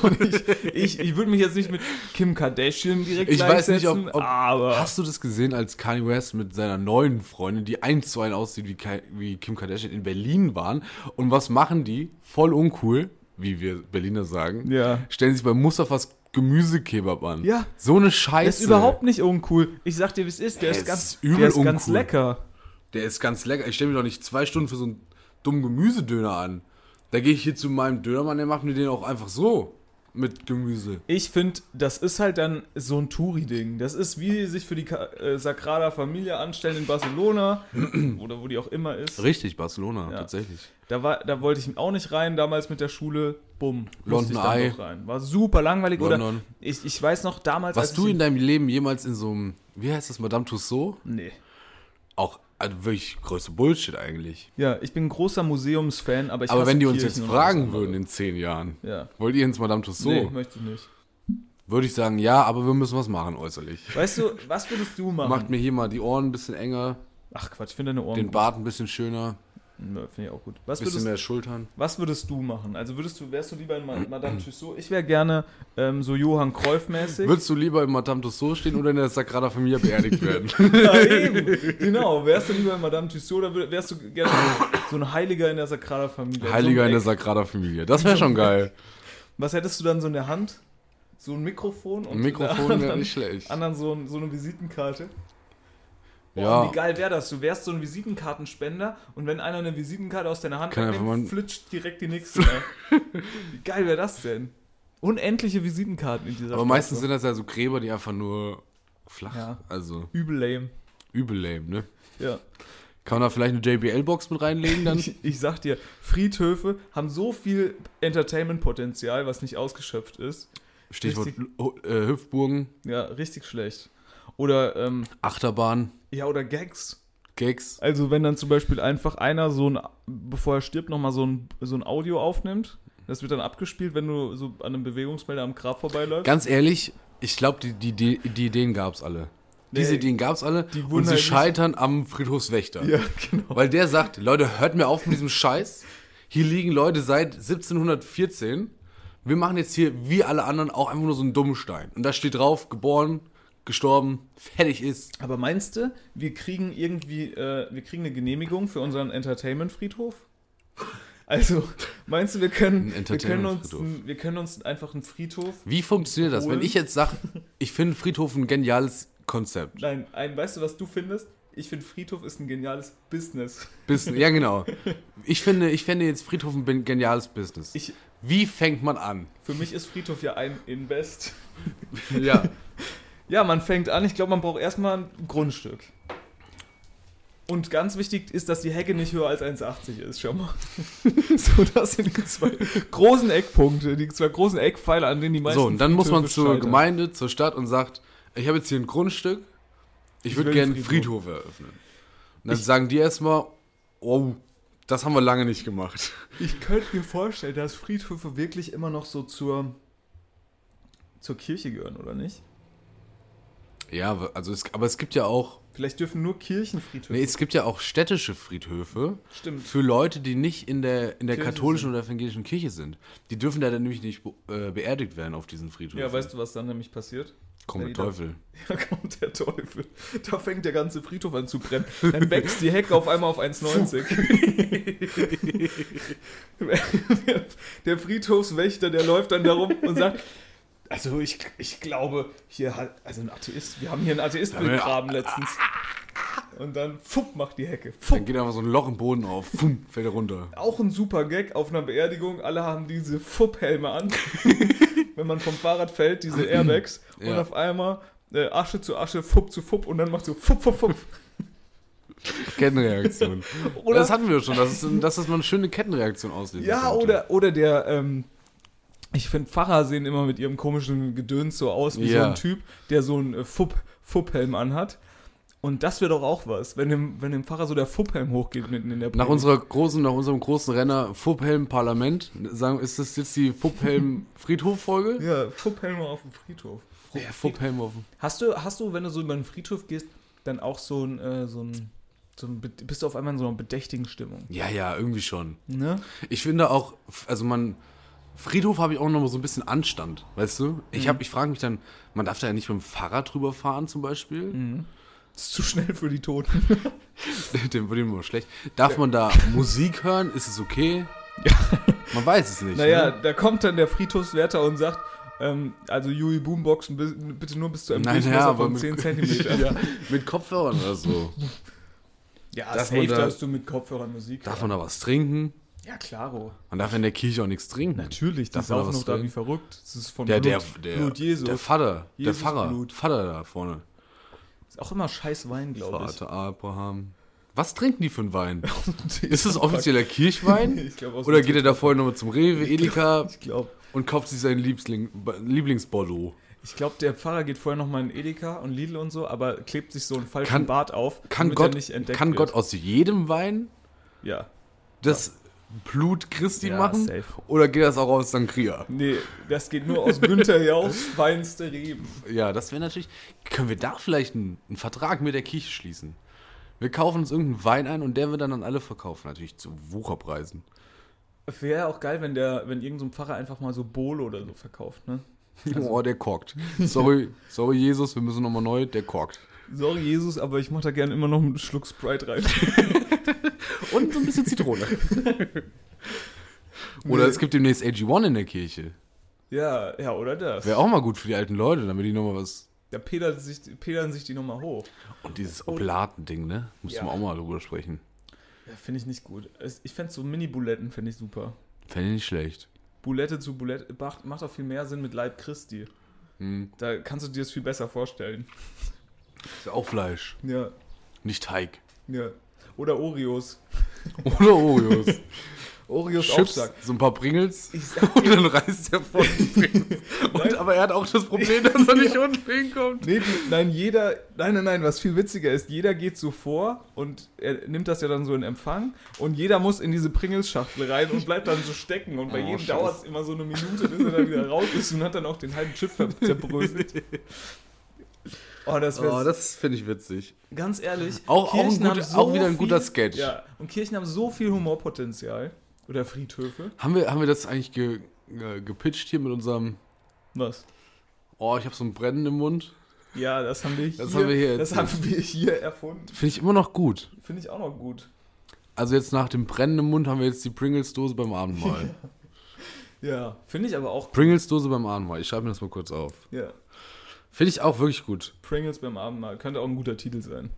C: Und ich ich, ich würde mich jetzt nicht mit Kim Kardashian direkt
D: Ich weiß nicht, ob,
C: gleichsetzen,
D: ob
C: aber
D: hast du das gesehen, als Kanye West mit seiner neuen Freundin, die eins zu eins aussieht wie, Ki- wie Kim Kardashian, in Berlin waren. Und was machen die? Voll uncool, wie wir Berliner sagen.
C: Ja.
D: Stellen sich bei Mustafas Gemüsekebab an.
C: Ja.
D: So eine
C: der
D: Scheiße.
C: ist überhaupt nicht uncool. Ich sag dir, wie es ist, der
D: Er
C: ist
D: ist
C: ganz,
D: übel
C: der ist ganz
D: uncool.
C: lecker.
D: Der ist ganz lecker. Ich stelle mir doch nicht zwei Stunden für so einen dummen Gemüsedöner an. Da gehe ich hier zu meinem Dönermann, der macht mir den auch einfach so. Mit Gemüse.
C: Ich finde, das ist halt dann so ein Touri-Ding. Das ist wie sich für die Ka äh, Sagrada Familia anstellen in
D: (clears throat)
C: Barcelona oder wo die auch immer ist.
D: Richtig, Barcelona,
C: Ja.
D: tatsächlich.
C: Da, war, da wollte ich auch nicht rein, damals mit der Schule. Bumm. musste
D: London
C: ich dann
D: Eye.
C: doch rein. War super langweilig.
D: London.
C: Oder ich, ich weiß noch, damals.
D: Warst
C: als
D: du
C: ich
D: in deinem Leben jemals in so einem, wie heißt das, Madame Tussaud?
C: Nee.
D: Auch also wirklich größte Bullshit eigentlich.
C: Ja, ich bin ein großer Museumsfan, aber ich
D: Aber
C: hasse
D: wenn die uns
C: Kirchen
D: jetzt
C: und
D: fragen
C: alles andere.
D: würden in zehn Jahren,
C: Ja.
D: wollt ihr ins Madame Tussaud?
C: Nee, möchte ich nicht.
D: Würde ich sagen, ja, aber wir müssen was machen äußerlich.
C: Weißt du, was würdest du machen?
D: Macht mir hier mal die Ohren ein bisschen enger,
C: Ach Quatsch, ich finde deine Ohren.
D: den Bart ein bisschen schöner,
C: Nö, Finde ich auch gut. Was
D: ein bisschen
C: würdest,
D: mehr Schultern.
C: was würdest du machen? Also würdest du, wärst du lieber in Ma
D: (clears throat)
C: Madame Tussaud? Ich wäre gerne ähm, so Johann
D: (laughs)
C: Cruyff-mäßig.
D: Würdest du lieber im Madame Tussaud stehen oder in der Sagrada Familia beerdigt
C: (laughs)
D: werden?
C: Ja, eben. Genau. Wärst du lieber in Madame Tussaud oder wür- wärst du gerne so ein Heiliger in der Sagrada Familie?
D: Heiliger in
C: so
D: der
C: ein Eck.
D: Sagrada Familia. Das wäre schon geil.
C: Was hättest du dann so in der Hand? So ein Mikrofon (laughs) und
D: Ein
C: in
D: Mikrofon
C: der
D: wäre
C: anderen,
D: nicht schlecht.
C: anderen so, ein, so eine Visitenkarte. Boah,
D: Ja.
C: Wie geil wäre das? Du wärst so ein Visitenkartenspender und wenn einer eine Visitenkarte aus deiner Hand
D: Kann einfach mal ein-
C: nimmt, flitscht direkt die nächste. rein.
D: (laughs)
C: wie geil wäre das denn? Unendliche Visitenkarten in dieser
D: Aber
C: Stadt,
D: meistens
C: so.
D: sind das ja so Gräber, die einfach nur flach,
C: Ja.
D: also
C: übel lame.
D: übel lame, ne?
C: Ja.
D: Kann man da vielleicht eine JBL-Box mit reinlegen dann?
C: (laughs) Ich, ich sag dir, Friedhöfe haben so viel Entertainment-Potenzial, was nicht ausgeschöpft ist.
D: Stichwort Lo- äh, Hüpfburgen,
C: Ja, richtig schlecht. Oder, ähm,
D: Achterbahn,
C: ja, oder Gags.
D: Gags.
C: Also wenn dann zum Beispiel einfach einer so ein, bevor er stirbt, nochmal so ein, so ein Audio aufnimmt, das wird dann abgespielt, wenn du so an einem Bewegungsmelder am Grab vorbeiläufst.
D: Ganz ehrlich, ich glaube, die, die, die, die Ideen gab es alle. Diese
C: Nee,
D: Ideen gab es alle
C: die wurden
D: und sie
C: halt nicht-
D: scheitern am Friedhofswächter.
C: ja, genau.
D: Weil der sagt, Leute, hört mir auf mit diesem Scheiß. Hier liegen Leute seit 1714. Wir machen jetzt hier, wie alle anderen, auch einfach nur so einen dummen Stein. Und da steht drauf, geboren, gestorben, fertig ist.
C: Aber meinst du, wir kriegen irgendwie, äh, wir kriegen eine Genehmigung für unseren Entertainment-Friedhof? Also, meinst du, wir können,
D: Ein
C: wir können, uns,
D: Entertainment-Friedhof.
C: wir können uns einfach einen Friedhof,
D: Wie funktioniert das, wenn
C: Cool.
D: ich jetzt sage, ich finde Friedhof ein geniales Konzept?
C: nein, ein, weißt du, was du findest? Ich finde, Friedhof ist ein geniales Business.
D: Bisschen, ja, genau. Ich finde, ich finde jetzt Friedhof ein ben- geniales Business.
C: Ich,
D: Wie fängt man an?
C: für mich ist Friedhof ja ein Invest.
D: Ja.
C: Ja, man fängt an. Ich glaube, man braucht erstmal ein Grundstück. Und ganz wichtig ist, dass die Hecke nicht höher als 1,80 ist, schau mal. (laughs) so, das sind die zwei großen Eckpunkte, die zwei großen Eckpfeiler, an denen die meisten.
D: So, und dann muss man
C: Friedhöfe
D: zur
C: scheitern.
D: Gemeinde, zur Stadt und sagt, ich habe jetzt hier ein Grundstück, ich, würde
C: will
D: gerne einen
C: einen
D: Friedhof. eröffnen. Und dann sagen die erstmal, oh, das haben wir lange nicht gemacht.
C: Ich könnte mir vorstellen, dass Friedhöfe wirklich immer noch so zur, zur Kirche gehören, oder nicht?
D: Ja, also es, aber es gibt ja auch,
C: Vielleicht dürfen nur Kirchenfriedhöfe.
D: nee, es gibt ja auch städtische Friedhöfe
C: Stimmt.
D: für Leute, die nicht in der, in der
C: Kirche
D: katholischen oder evangelischen Kirche sind. Die dürfen da dann nämlich nicht be- äh, beerdigt werden auf diesen Friedhof.
C: Ja, weißt du, was dann nämlich passiert?
D: Komm, der
C: Ja, die-
D: Teufel.
C: (laughs) Da kommt der Teufel. Da fängt der ganze Friedhof an zu brennen. (laughs) Dann wächst die Hecke auf einmal auf 1,90. der, (laughs) der Friedhofswächter, der läuft dann da rum und sagt, also ich, ich glaube, hier hat, also ein Atheist, wir haben hier einen Atheist begraben (laughs) letztens. Und dann fupp macht die Hecke.
D: Dann
C: Fupp.
D: geht einfach so ein Loch im Boden auf, pfumm, fällt er runter.
C: Auch ein super Gag auf einer Beerdigung. Alle haben diese Fupp-Helme
D: (laughs)
C: an. Wenn man vom Fahrrad fällt, diese Airbags. Und
D: Ja.
C: auf einmal äh, Asche zu Asche, Fupp zu Fupp. Und dann macht so Fupp, Fupp, Fupp.
D: Kettenreaktion.
C: (laughs) Oder-
D: Das hatten wir schon, dass, es, dass das mal eine schöne Kettenreaktion auslöst.
C: Ja, oder, oder der, ähm, ich finde, Pfarrer sehen immer mit ihrem komischen Gedöns so aus wie
D: Ja.
C: so ein Typ, der so einen äh, Fupp, Fupphelm anhat. Und das wäre doch auch was, wenn dem, wenn dem Pfarrer so der Fupphelm hochgeht mitten in der
D: Nach
C: Predigt.
D: unserer großen, nach unserem großen Renner Fupphelm Parlament, sagen, ist das jetzt die Fupphelm Friedhof Folge?
C: Ja, Fupphelm auf dem Friedhof.
D: Ja, Fupphelm auf dem-
C: Hast du, hast du, wenn du so über den Friedhof gehst, dann auch so ein, äh, so ein, so ein, bist du auf einmal in so einer bedächtigen Stimmung,
D: Ja, ja, irgendwie schon.
C: ne?
D: Ich finde auch, also man Friedhof habe ich auch noch mal so ein bisschen Anstand, weißt du?
C: Mhm.
D: Ich habe, ich frage mich dann, man darf da ja nicht mit dem Fahrrad drüber fahren zum Beispiel.
C: Mhm. Das ist zu schnell für die
D: (laughs)
C: Toten.
D: Dem wird immer schlecht. Darf man da Musik hören? Ist es okay? Man weiß es nicht.
C: Naja,
D: ne?
C: da kommt dann der Friedhofswärter und sagt, ähm, also Jui Boomboxen bi- bitte nur bis zu einem
D: Nein,
C: Durchmesser
D: ja, aber
C: von
D: mit-
C: 10 cm.
D: (laughs) ja, mit Kopfhörern oder so.
C: Ja,
D: Darf
C: safe
D: man da-
C: darfst du mit Kopfhörern Musik
D: Darf
C: hören.
D: man da was trinken?
C: Ja, klaro.
D: Man darf in der Kirche auch nichts trinken.
C: Natürlich, die
D: Darf man da
C: saufen
D: was
C: noch da
D: trinken?
C: wie verrückt. Das ist von
D: Der, der,
C: Blut,
D: der,
C: Blut Jesu.
D: der Vater,
C: Jesus
D: der Pfarrer,
C: Blut.
D: Vater da vorne.
C: ist auch immer scheiß Wein, glaube ich. (laughs) Oh,
D: Vater Abraham. Was trinken die für einen Wein? Ist das offizieller Kirchwein?
C: (laughs) Ich glaub, aus
D: Oder
C: dem-
D: geht er da vorher nochmal zum Rewe, Edeka
C: Ich glaube,
D: und kauft sich seinen Liebling, Lieblingsbordeaux?
C: ich glaub, der Pfarrer geht vorher nochmal in Edeka und Lidl und so, aber klebt sich so einen falschen
D: Kann-
C: Bart auf,
D: Kann,
C: damit
D: Gott,
C: er nicht entdeckt
D: kann
C: wird.
D: Gott aus jedem Wein
C: Ja.
D: das Blut Christi
C: Ja,
D: machen?
C: safe.
D: Oder geht das auch aus Sangria?
C: Nee, das geht nur aus Günther Jauchs feinste Reben.
D: Ja, das wäre natürlich. Können wir da vielleicht einen, einen Vertrag mit der Kirche schließen? Wir kaufen uns irgendeinen Wein ein und der wird dann an alle verkaufen. Natürlich zu (laughs) Wucherpreisen.
C: Wäre auch geil, wenn der, wenn irgendein so ein Pfarrer einfach mal so Bolo oder so verkauft, ne?
D: oh, der korkt. Sorry, sorry, Jesus, wir müssen nochmal neu. Der korkt.
C: Sorry, Jesus, aber ich mach da gerne immer noch einen Schluck Sprite
D: (laughs)
C: rein.
D: Und so ein bisschen (laughs) Zitrone. Oder es gibt demnächst AG1 in der Kirche.
C: ja, ja, oder das.
D: Wäre auch mal gut für die alten Leute, damit die nochmal was.
C: Da pedern sich, pedern sich die nochmal hoch.
D: Und dieses Oblatending, ne? Müssen
C: Ja.
D: wir auch mal drüber sprechen.
C: Ja, finde ich nicht gut. Es- Ich fände so Mini-Buletten, finde ich super.
D: Fände ich nicht schlecht.
C: Bulette zu Bulette macht, macht auch viel mehr Sinn mit Leib Christi.
D: Hm.
C: Da kannst du dir das viel besser vorstellen.
D: Ist ja auch Fleisch,
C: Ja,
D: nicht Teig.
C: ja. Oder Oreos.
D: Oder (laughs) Oreos.
C: Oreos
D: Chips,
C: Aufschlag.
D: so ein paar Pringles.
C: Ich sag
D: Und dann reißt er voll die Pringles. Und, aber er hat auch das Problem, dass er nicht unten hinkommt.
C: Nee, die, nein, jeder, nein, nein, nein, was viel witziger ist, jeder geht so vor und er nimmt das ja dann so in Empfang und jeder muss in diese Pringles-Schachtel rein und bleibt dann so stecken und bei
D: Oh,
C: jedem
D: Scheiße.
C: dauert es immer so eine Minute, bis er dann wieder raus ist und hat dann auch den halben Chip ver-
D: (laughs)
C: zerbröselt. Oh, das wäre
D: (laughs) Oh, das finde ich witzig.
C: ganz ehrlich.
D: Auch- auch ein
C: Kirchen haben
D: guter- auch wieder ein guter Sketch.
C: Ja, und Kirchen haben so viel Humorpotenzial. Oder Friedhöfe.
D: Haben wir, haben wir das eigentlich ge, ge, gepitcht hier mit unserem.
C: Was?
D: Oh, ich habe so ein Brennen im Mund.
C: Ja, das haben wir hier,
D: Das haben wir hier
C: das
D: erzählt.
C: haben wir hier erfunden.
D: Finde ich immer noch gut.
C: Finde ich auch noch gut.
D: Also jetzt nach dem Brennen im Mund haben wir jetzt die Pringles-Dose beim (laughs) Abendmahl.
C: Ja, finde ich aber auch
D: Pringles-Dose beim Abendmahl. Ich schreibe mir das mal kurz auf.
C: Ja,
D: Finde ich auch wirklich gut.
C: Pringles beim Abendmahl. Könnte auch ein guter Titel sein.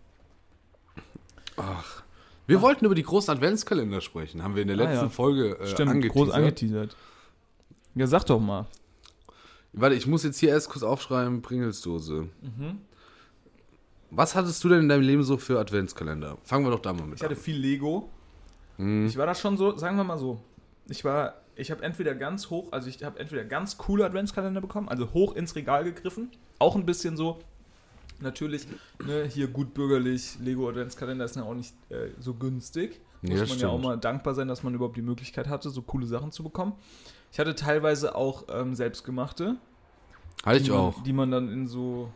D: Ach. Wir wollten über die großen Adventskalender sprechen. Haben wir in der
C: Ah,
D: letzten
C: ja.
D: Folge äh, angeteasert.
C: angeteasert. Ja, sag doch mal.
D: Warte, ich muss jetzt hier erst kurz aufschreiben, Pringles-Dose.
C: Mhm.
D: Was hattest du denn in deinem Leben so für Adventskalender? Fangen wir doch da mal mit
C: Ich hatte
D: an.
C: viel Lego.
D: Mhm.
C: Ich war da schon so, sagen wir mal so. Ich war, ich habe entweder ganz hoch, also ich habe entweder ganz coole Adventskalender bekommen, also hoch ins Regal gegriffen. Auch ein bisschen so, natürlich, ne, hier gut bürgerlich, Lego Adventskalender ist ja auch nicht äh, so günstig.
D: Ja,
C: Muss man ja
D: stimmt.
C: auch mal dankbar sein, dass man überhaupt die Möglichkeit hatte, so coole Sachen zu bekommen. Ich hatte teilweise auch ähm, selbstgemachte.
D: Hatte ich
C: die man,
D: auch.
C: Die man dann in so,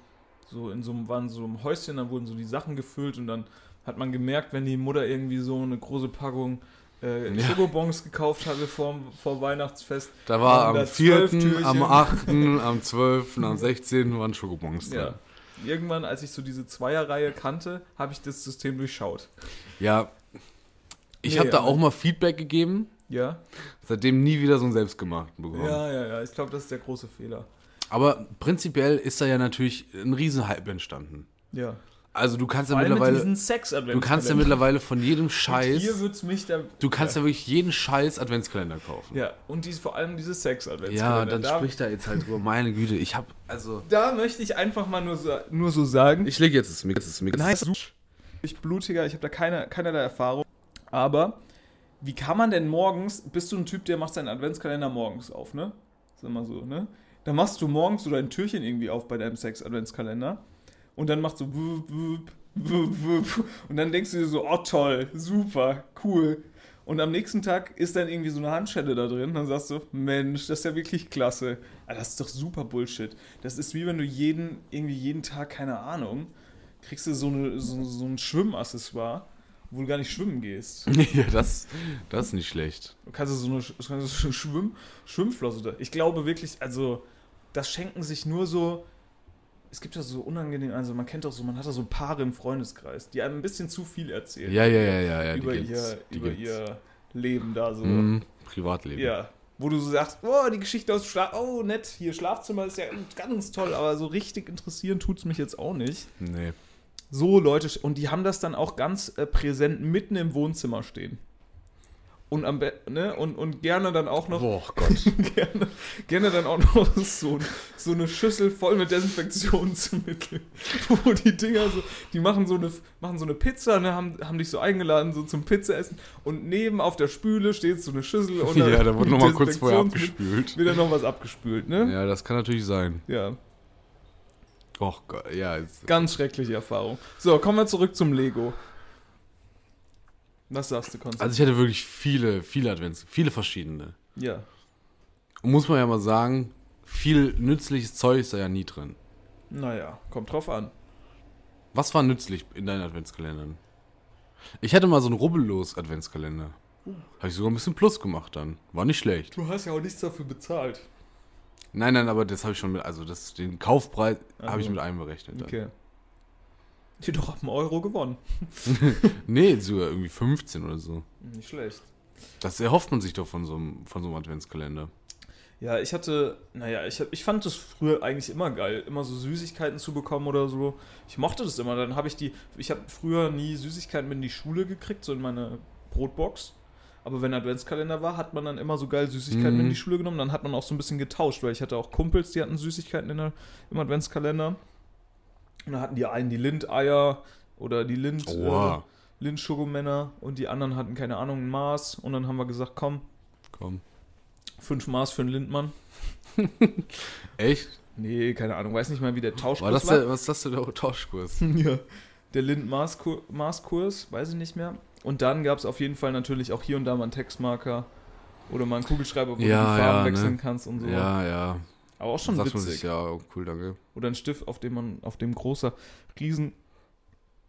C: so in so einem, waren so einem Häuschen, dann wurden so die Sachen gefüllt und dann hat man gemerkt, wenn die Mutter irgendwie so eine große Packung äh,
D: Ja.
C: Schokobons gekauft hatte vor, vor Weihnachtsfest.
D: Da
C: waren
D: war am
C: da zwölf
D: 4., am
C: Türchen.
D: 8., am 12., am 16. waren Schokobons
C: Ja.
D: drin.
C: Irgendwann, als ich so diese Zweierreihe kannte, habe ich das System durchschaut.
D: Ja. Ich
C: Nee,
D: habe da
C: aber-
D: auch mal Feedback gegeben,
C: Ja?
D: seitdem nie wieder so einen selbstgemachten bekommen.
C: Ja, ja, ja. Ich glaube, das ist der große Fehler.
D: Aber prinzipiell ist da ja natürlich ein Riesenhype entstanden.
C: Ja.
D: Also du kannst ja
C: Vor allem mit
D: mittlerweile,
C: diesen sex
D: du kannst ja mittlerweile von jedem
C: Hier
D: Scheiß,
C: wird's mich da.
D: du kannst ja. wirklich jeden Scheiß Adventskalender kaufen.
C: Ja, und dies, vor allem diese sex
D: Ja, dann spricht er jetzt halt (laughs) drüber. Meine Güte, ich hab, also.
C: Da möchte ich einfach mal nur so, nur so sagen.
D: Ich lege jetzt das Mix. Das Mix.
C: Nein, ich blutiger, ich habe da keine, keinerlei Erfahrung. Aber wie kann man denn morgens, bist du ein Typ, der macht seinen Adventskalender morgens auf, ne? Ist immer so, ne? Dann machst du morgens so dein Türchen irgendwie auf bei deinem Sex-Adventskalender und dann macht so wup, wup, wup, wup. und dann denkst du dir so, oh toll, super, cool. Und am nächsten Tag ist dann irgendwie so eine Handschelle da drin. Dann sagst du, Mensch, das ist ja wirklich klasse. Ah, das ist doch super Bullshit. Das ist wie wenn du jeden, irgendwie jeden Tag, keine Ahnung, kriegst du so, eine, so, so ein Schwimmaccessoire, wo du gar nicht schwimmen gehst.
D: (laughs) ja, das, das ist nicht schlecht.
C: Du kannst du so eine, Sch- (laughs) kannst du so eine Schwimm, Schwimmflosse da. Ich glaube wirklich, also das schenken sich nur so. Es gibt ja so unangenehm, also man kennt doch so, man hat da so Paare im Freundeskreis, die einem ein bisschen zu viel erzählen
D: Ja, ja, ja, ja, ja.
C: über,
D: die gibt's,
C: ihr,
D: die
C: über
D: gibt's.
C: ihr Leben da so.
D: Mhm, Privatleben.
C: Ja. Wo du so sagst, oh, die Geschichte aus dem Schlaf, oh, nett, hier Schlafzimmer ist ja ganz toll, aber so richtig interessieren tut's mich jetzt auch nicht.
D: Nee.
C: So Leute, sch- und die haben das dann auch ganz äh, präsent mitten im Wohnzimmer stehen. Und, am Bett, ne? und, und gerne dann auch noch
D: Oh
C: (laughs)
D: Gott.
C: gerne, gerne dann auch noch so, so eine Schüssel voll mit Desinfektionsmittel. (laughs) Wo die Dinger so, die machen so eine, machen so eine Pizza, ne, haben, haben dich so eingeladen, so zum Pizzaessen. Und neben auf der Spüle steht so eine Schüssel und
D: ja, da
C: mit
D: wurde nochmal kurz vorher
C: Desinfektionsmittel
D: abgespült.
C: Wieder noch was abgespült, ne?
D: Ja, das kann natürlich sein.
C: Ja.
D: Oh Gott, ja. Jetzt,
C: Ganz schreckliche Erfahrung. So, kommen wir zurück zum Lego. Was sagst du, Konstantin?
D: also ich hatte wirklich viele, viele Advents, viele verschiedene.
C: ja.
D: Und muss man ja mal sagen, viel nützliches Zeug ist da ja nie drin.
C: Naja, kommt drauf an.
D: Was war nützlich in deinen Adventskalendern? Ich hatte mal so einen rubbellos Adventskalender. Habe ich sogar ein bisschen Plus gemacht dann. War nicht schlecht.
C: Du hast ja auch nichts dafür bezahlt.
D: Nein, nein, aber das habe ich schon mit, also das, den Kaufpreis habe ich
C: so.
D: mit einberechnet. Dann.
C: Okay. Jedoch auf einen Euro gewonnen.
D: Nee, sogar irgendwie 15 oder so.
C: Nicht schlecht.
D: Das erhofft man sich doch von so einem, von so einem Adventskalender.
C: Ja, ich hatte, naja, ich, hab- ich fand das früher eigentlich immer geil, immer so Süßigkeiten zu bekommen oder so. Ich mochte das immer. Dann habe ich die, ich habe früher nie Süßigkeiten mit in die Schule gekriegt, so in meine Brotbox. Aber wenn Adventskalender war, hat man dann immer so geil Süßigkeiten mit in
D: Mhm.
C: die Schule genommen. Dann hat man auch so ein bisschen getauscht, weil ich hatte auch Kumpels, die hatten Süßigkeiten in der, im Adventskalender. Und dann hatten die einen die Lindeier oder die Lind.
D: Oha.
C: Linz-Schurumänner und die anderen hatten, keine Ahnung, ein Maß. Und dann haben wir gesagt, komm,
D: Komm.
C: fünf Maß für einen Lindmann.
D: Echt?
C: Nee, keine Ahnung, weiß nicht mal, wie der Tauschkurs
D: War
C: war.
D: das der, was ist das für der Tauschkurs?
C: (laughs) ja. Der Lind-Maß-Kurs, weiß ich nicht mehr. Und dann gab es auf jeden Fall natürlich auch hier und da mal einen Textmarker oder mal einen Kugelschreiber, wo
D: Ja,
C: du die Farben
D: ja,
C: wechseln
D: ne?
C: kannst und so.
D: Ja, ja.
C: Aber auch schon
D: Sagt man
C: Hm, witzig.
D: sich, ja, oh, cool, danke.
C: Oder ein Stift, auf dem man, auf dem großer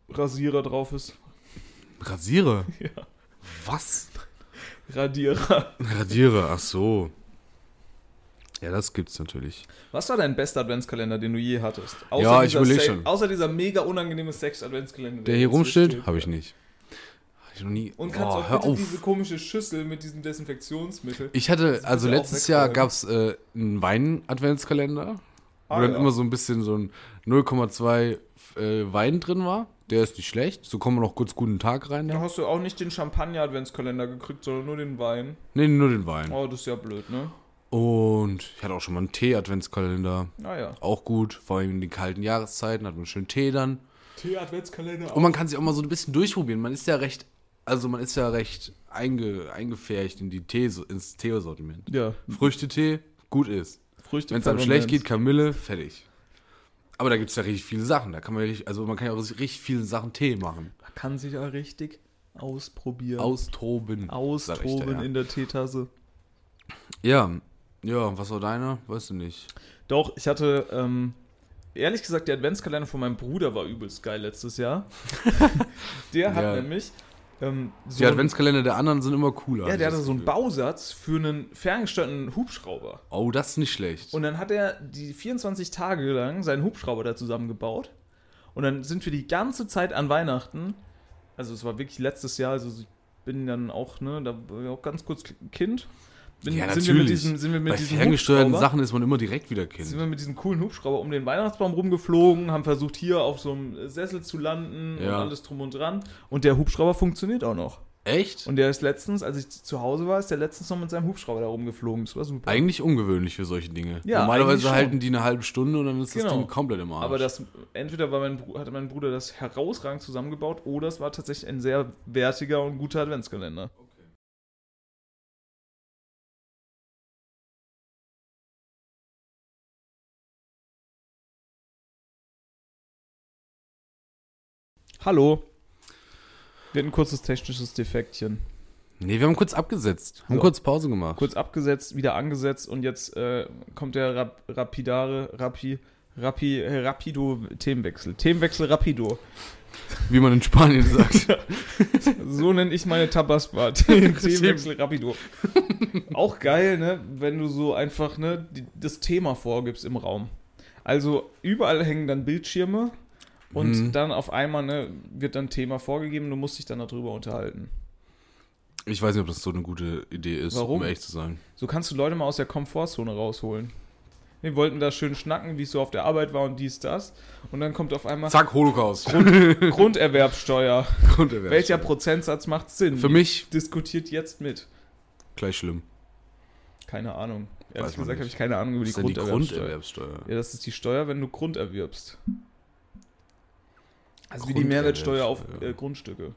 C: Riesenrasierer drauf ist.
D: (laughs) Rasiere?
C: Ja.
D: Was?
C: Radierer.
D: Radiere, ach so. Ja, das gibt's natürlich.
C: Was war dein bester Adventskalender, den du je hattest? Außer
D: Ja, ich
C: dieser
D: überleg
C: Sa-
D: schon.
C: Außer dieser mega unangenehme Sex-Adventskalender.
D: Der hier
C: jetzt
D: rumsteht, habe ich nicht. Hab ich noch nie.
C: Und kannst
D: Boah,
C: auch
D: hör
C: bitte
D: auf.
C: diese komische Schüssel mit diesem Desinfektionsmittel.
D: Ich hatte, also
C: bitte auch
D: letztes Jahr
C: wegräumen.
D: gab's äh, einen Wein-Adventskalender, wo
C: Ah,
D: dann
C: ja.
D: immer so ein bisschen so ein 0,2 äh, Wein drin war. Der ist nicht schlecht. So kommen wir noch kurz guten Tag rein.
C: Dann
D: Ja.
C: hast du auch nicht den Champagner-Adventskalender gekriegt, sondern nur den Wein.
D: Nee, nur den Wein.
C: Oh, das ist ja blöd, ne?
D: Und ich hatte auch schon mal einen Tee-Adventskalender.
C: Naja.
D: Auch gut, vor allem in den kalten Jahreszeiten hat man schön Tee dann.
C: Tee-Adventskalender.
D: Und man kann sich auch mal so ein bisschen durchprobieren. Man ist ja recht, also man ist ja recht einge, eingefärcht in die Tee, ins Teesortiment.
C: Ja,
D: Früchtetee, gut ist.
C: Früchte.
D: Wenn es einem
C: Pfefferminz.
D: schlecht geht, Kamille, fertig. Aber da gibt es ja richtig viele Sachen. Da kann man ja richtig, also man kann ja aus richtig vielen Sachen Tee machen.
C: Man kann sich ja richtig ausprobieren.
D: Austoben. sag ich da,
C: Austoben in der Teetasse.
D: ja. ja. Ja, was war deiner? Weißt du nicht.
C: Doch, ich hatte, ähm, ehrlich gesagt, der Adventskalender von meinem Bruder war übelst geil letztes
D: (laughs)
C: Jahr. der hat
D: Ja.
C: nämlich ähm, so
D: Die Adventskalender der anderen sind immer cooler.
C: ja,
D: hab ich
C: der hatte
D: das
C: so einen
D: Gefühl.
C: Bausatz für einen ferngesteuerten Hubschrauber.
D: Oh, das ist nicht schlecht.
C: Und dann hat er die 24 Tage lang seinen Hubschrauber da zusammengebaut. Und dann sind wir die ganze Zeit an Weihnachten, also es war wirklich letztes Jahr, also ich bin dann auch, ne, da war ich auch ganz kurz Kind. Bin,
D: ja, natürlich.
C: sind wir mit diesem, sind wir mit
D: Bei
C: diesem
D: ferngesteuerten
C: Hubschrauber-
D: Sachen ist man immer direkt wieder Kind.
C: sind wir mit diesem coolen Hubschrauber um den Weihnachtsbaum rumgeflogen, haben versucht, hier auf so einem Sessel zu landen und
D: Ja.
C: alles drum und dran. Und der Hubschrauber funktioniert auch noch.
D: Echt?
C: Und der ist letztens, als ich zu Hause war, ist der letztens noch mit seinem Hubschrauber da rumgeflogen. Das war super.
D: Eigentlich ungewöhnlich für solche Dinge.
C: Ja, eigentlich
D: Normalerweise
C: schon.
D: halten die eine halbe Stunde und dann ist das
C: Genau.
D: Ding komplett im Arsch.
C: Aber das, entweder war mein, Bru- hatte mein Bruder das herausragend zusammengebaut oder es war tatsächlich ein sehr wertiger und guter Adventskalender. Hallo. Wir hatten ein kurzes technisches Defektchen.
D: nee, wir haben kurz abgesetzt. Haben
C: So.
D: kurz Pause gemacht.
C: Kurz abgesetzt, wieder angesetzt und jetzt äh, kommt der Rap Rapidare, Rapi, Rapi, Rapido Themenwechsel. Themenwechsel Rapido.
D: Wie man in Spanien (laughs) sagt.
C: So nenne ich meine Tabaspa.
D: (laughs)
C: Themenwechsel Rapido. Auch geil, ne, wenn du so einfach ne, die, das Thema vorgibst im Raum. Also überall hängen dann Bildschirme und
D: Mhm.
C: dann auf einmal ne, wird dann Thema vorgegeben, du musst dich dann darüber unterhalten.
D: Ich weiß nicht, ob das so eine gute Idee ist,
C: Warum?
D: um ehrlich zu sein.
C: So kannst du Leute mal aus der Komfortzone rausholen. Wir wollten da schön schnacken, wie es so auf der Arbeit war und dies, das. Und dann kommt auf einmal
D: Zack, Holocaust.
C: Grunderwerbsteuer.
D: (laughs) Grunderwerbssteuer.
C: Welcher Prozentsatz macht Sinn?
D: Für mich
C: Diskutiert jetzt mit.
D: gleich schlimm.
C: Keine Ahnung. Ehrlich
D: Weiß man
C: gesagt habe
D: nicht.
C: ich keine Ahnung über
D: Was
C: die
D: ist denn die
C: Grunderwerbsteuer.
D: Grunderwerbsteuer?
C: ja, das ist die Steuer, wenn du Grund erwirbst. Also wie die
D: Grunderwerbsteuer.
C: Mehrwertsteuer auf äh, Grundstücke.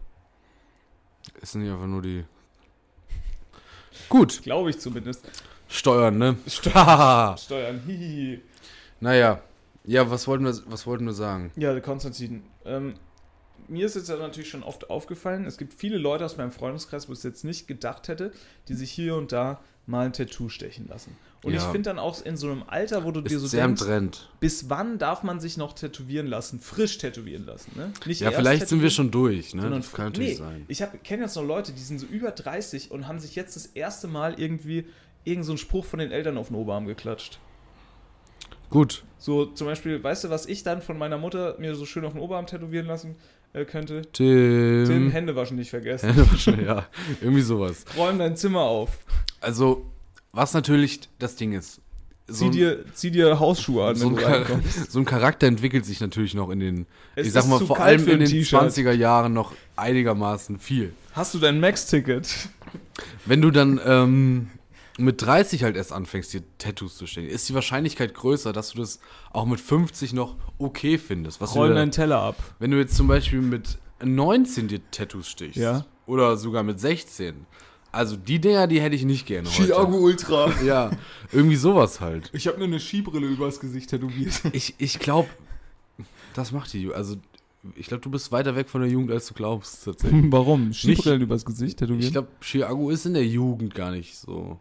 D: Ist nicht einfach nur die. Gut,
C: Glaube ich zumindest. (laughs)
D: Steuern, ne? Steuern.
C: Steuern, hihi.
D: naja. Ja, was wollten, wir, was wollten wir sagen?
C: Ja, Konstantin. Ähm, mir ist jetzt ja natürlich schon oft aufgefallen, es gibt viele Leute aus meinem Freundeskreis, wo ich es jetzt nicht gedacht hätte, die sich hier und da mal ein Tattoo stechen lassen. Und ich
D: Ja.
C: finde dann auch in so einem Alter, wo du dir
D: Ist
C: so
D: sehr im
C: denkst,
D: Trend.
C: bis wann darf man sich noch tätowieren lassen? Frisch tätowieren lassen, ne? Nicht
D: Ja,
C: erst
D: vielleicht sind wir
C: tätowieren,
D: schon durch, ne?
C: sondern
D: Das kann
C: fr-
D: natürlich
C: nee,
D: sein.
C: Ich kenne jetzt noch Leute, die sind so über 30 und haben sich jetzt das erste Mal irgendwie irgendeinen so einen Spruch von den Eltern auf den Oberarm geklatscht.
D: Gut.
C: So zum Beispiel, weißt du, was ich dann von meiner Mutter mir so schön auf den Oberarm tätowieren lassen äh, könnte?
D: Tim. (laughs)
C: Tim, Ähm. Hände waschen nicht vergessen.
D: ja, irgendwie sowas.
C: Räum dein Zimmer auf.
D: Also, was natürlich das Ding ist. So
C: Zieh, dir, zieh dir Hausschuhe an,
D: so ein,
C: wenn du
D: Char-
C: reinkommst.
D: (laughs) so ein Charakter entwickelt sich natürlich noch in den,
C: Es
D: ich sag
C: ist
D: mal,
C: zu
D: vor
C: kalt
D: allem
C: für
D: in
C: ein
D: den
C: T-Shirt.
D: 20er Jahren noch einigermaßen viel.
C: Hast du dein Max-Ticket?
D: Wenn du dann ähm, mit 30 halt erst anfängst, dir Tattoos zu stellen, ist die Wahrscheinlichkeit größer, dass du das auch mit 50 noch okay findest. Was du
C: Räum
D: da-
C: deinen Teller ab.
D: wenn du jetzt zum Beispiel mit 19 dir Tattoos stichst.
C: Ja.
D: Oder sogar mit 16. Also die Dinger, die hätte ich nicht gerne heute.
C: Chiago Ultra.
D: Ja, irgendwie sowas halt.
C: Ich habe mir eine Skibrille übers Gesicht tätowiert.
D: Ich, ich glaube, das macht die Jugend. Also ich glaube, du bist weiter weg von der Jugend, als du glaubst tatsächlich.
C: Warum? Skibrillen übers Gesicht tätowiert?
D: Ich glaube, Chiago ist in der Jugend gar nicht so.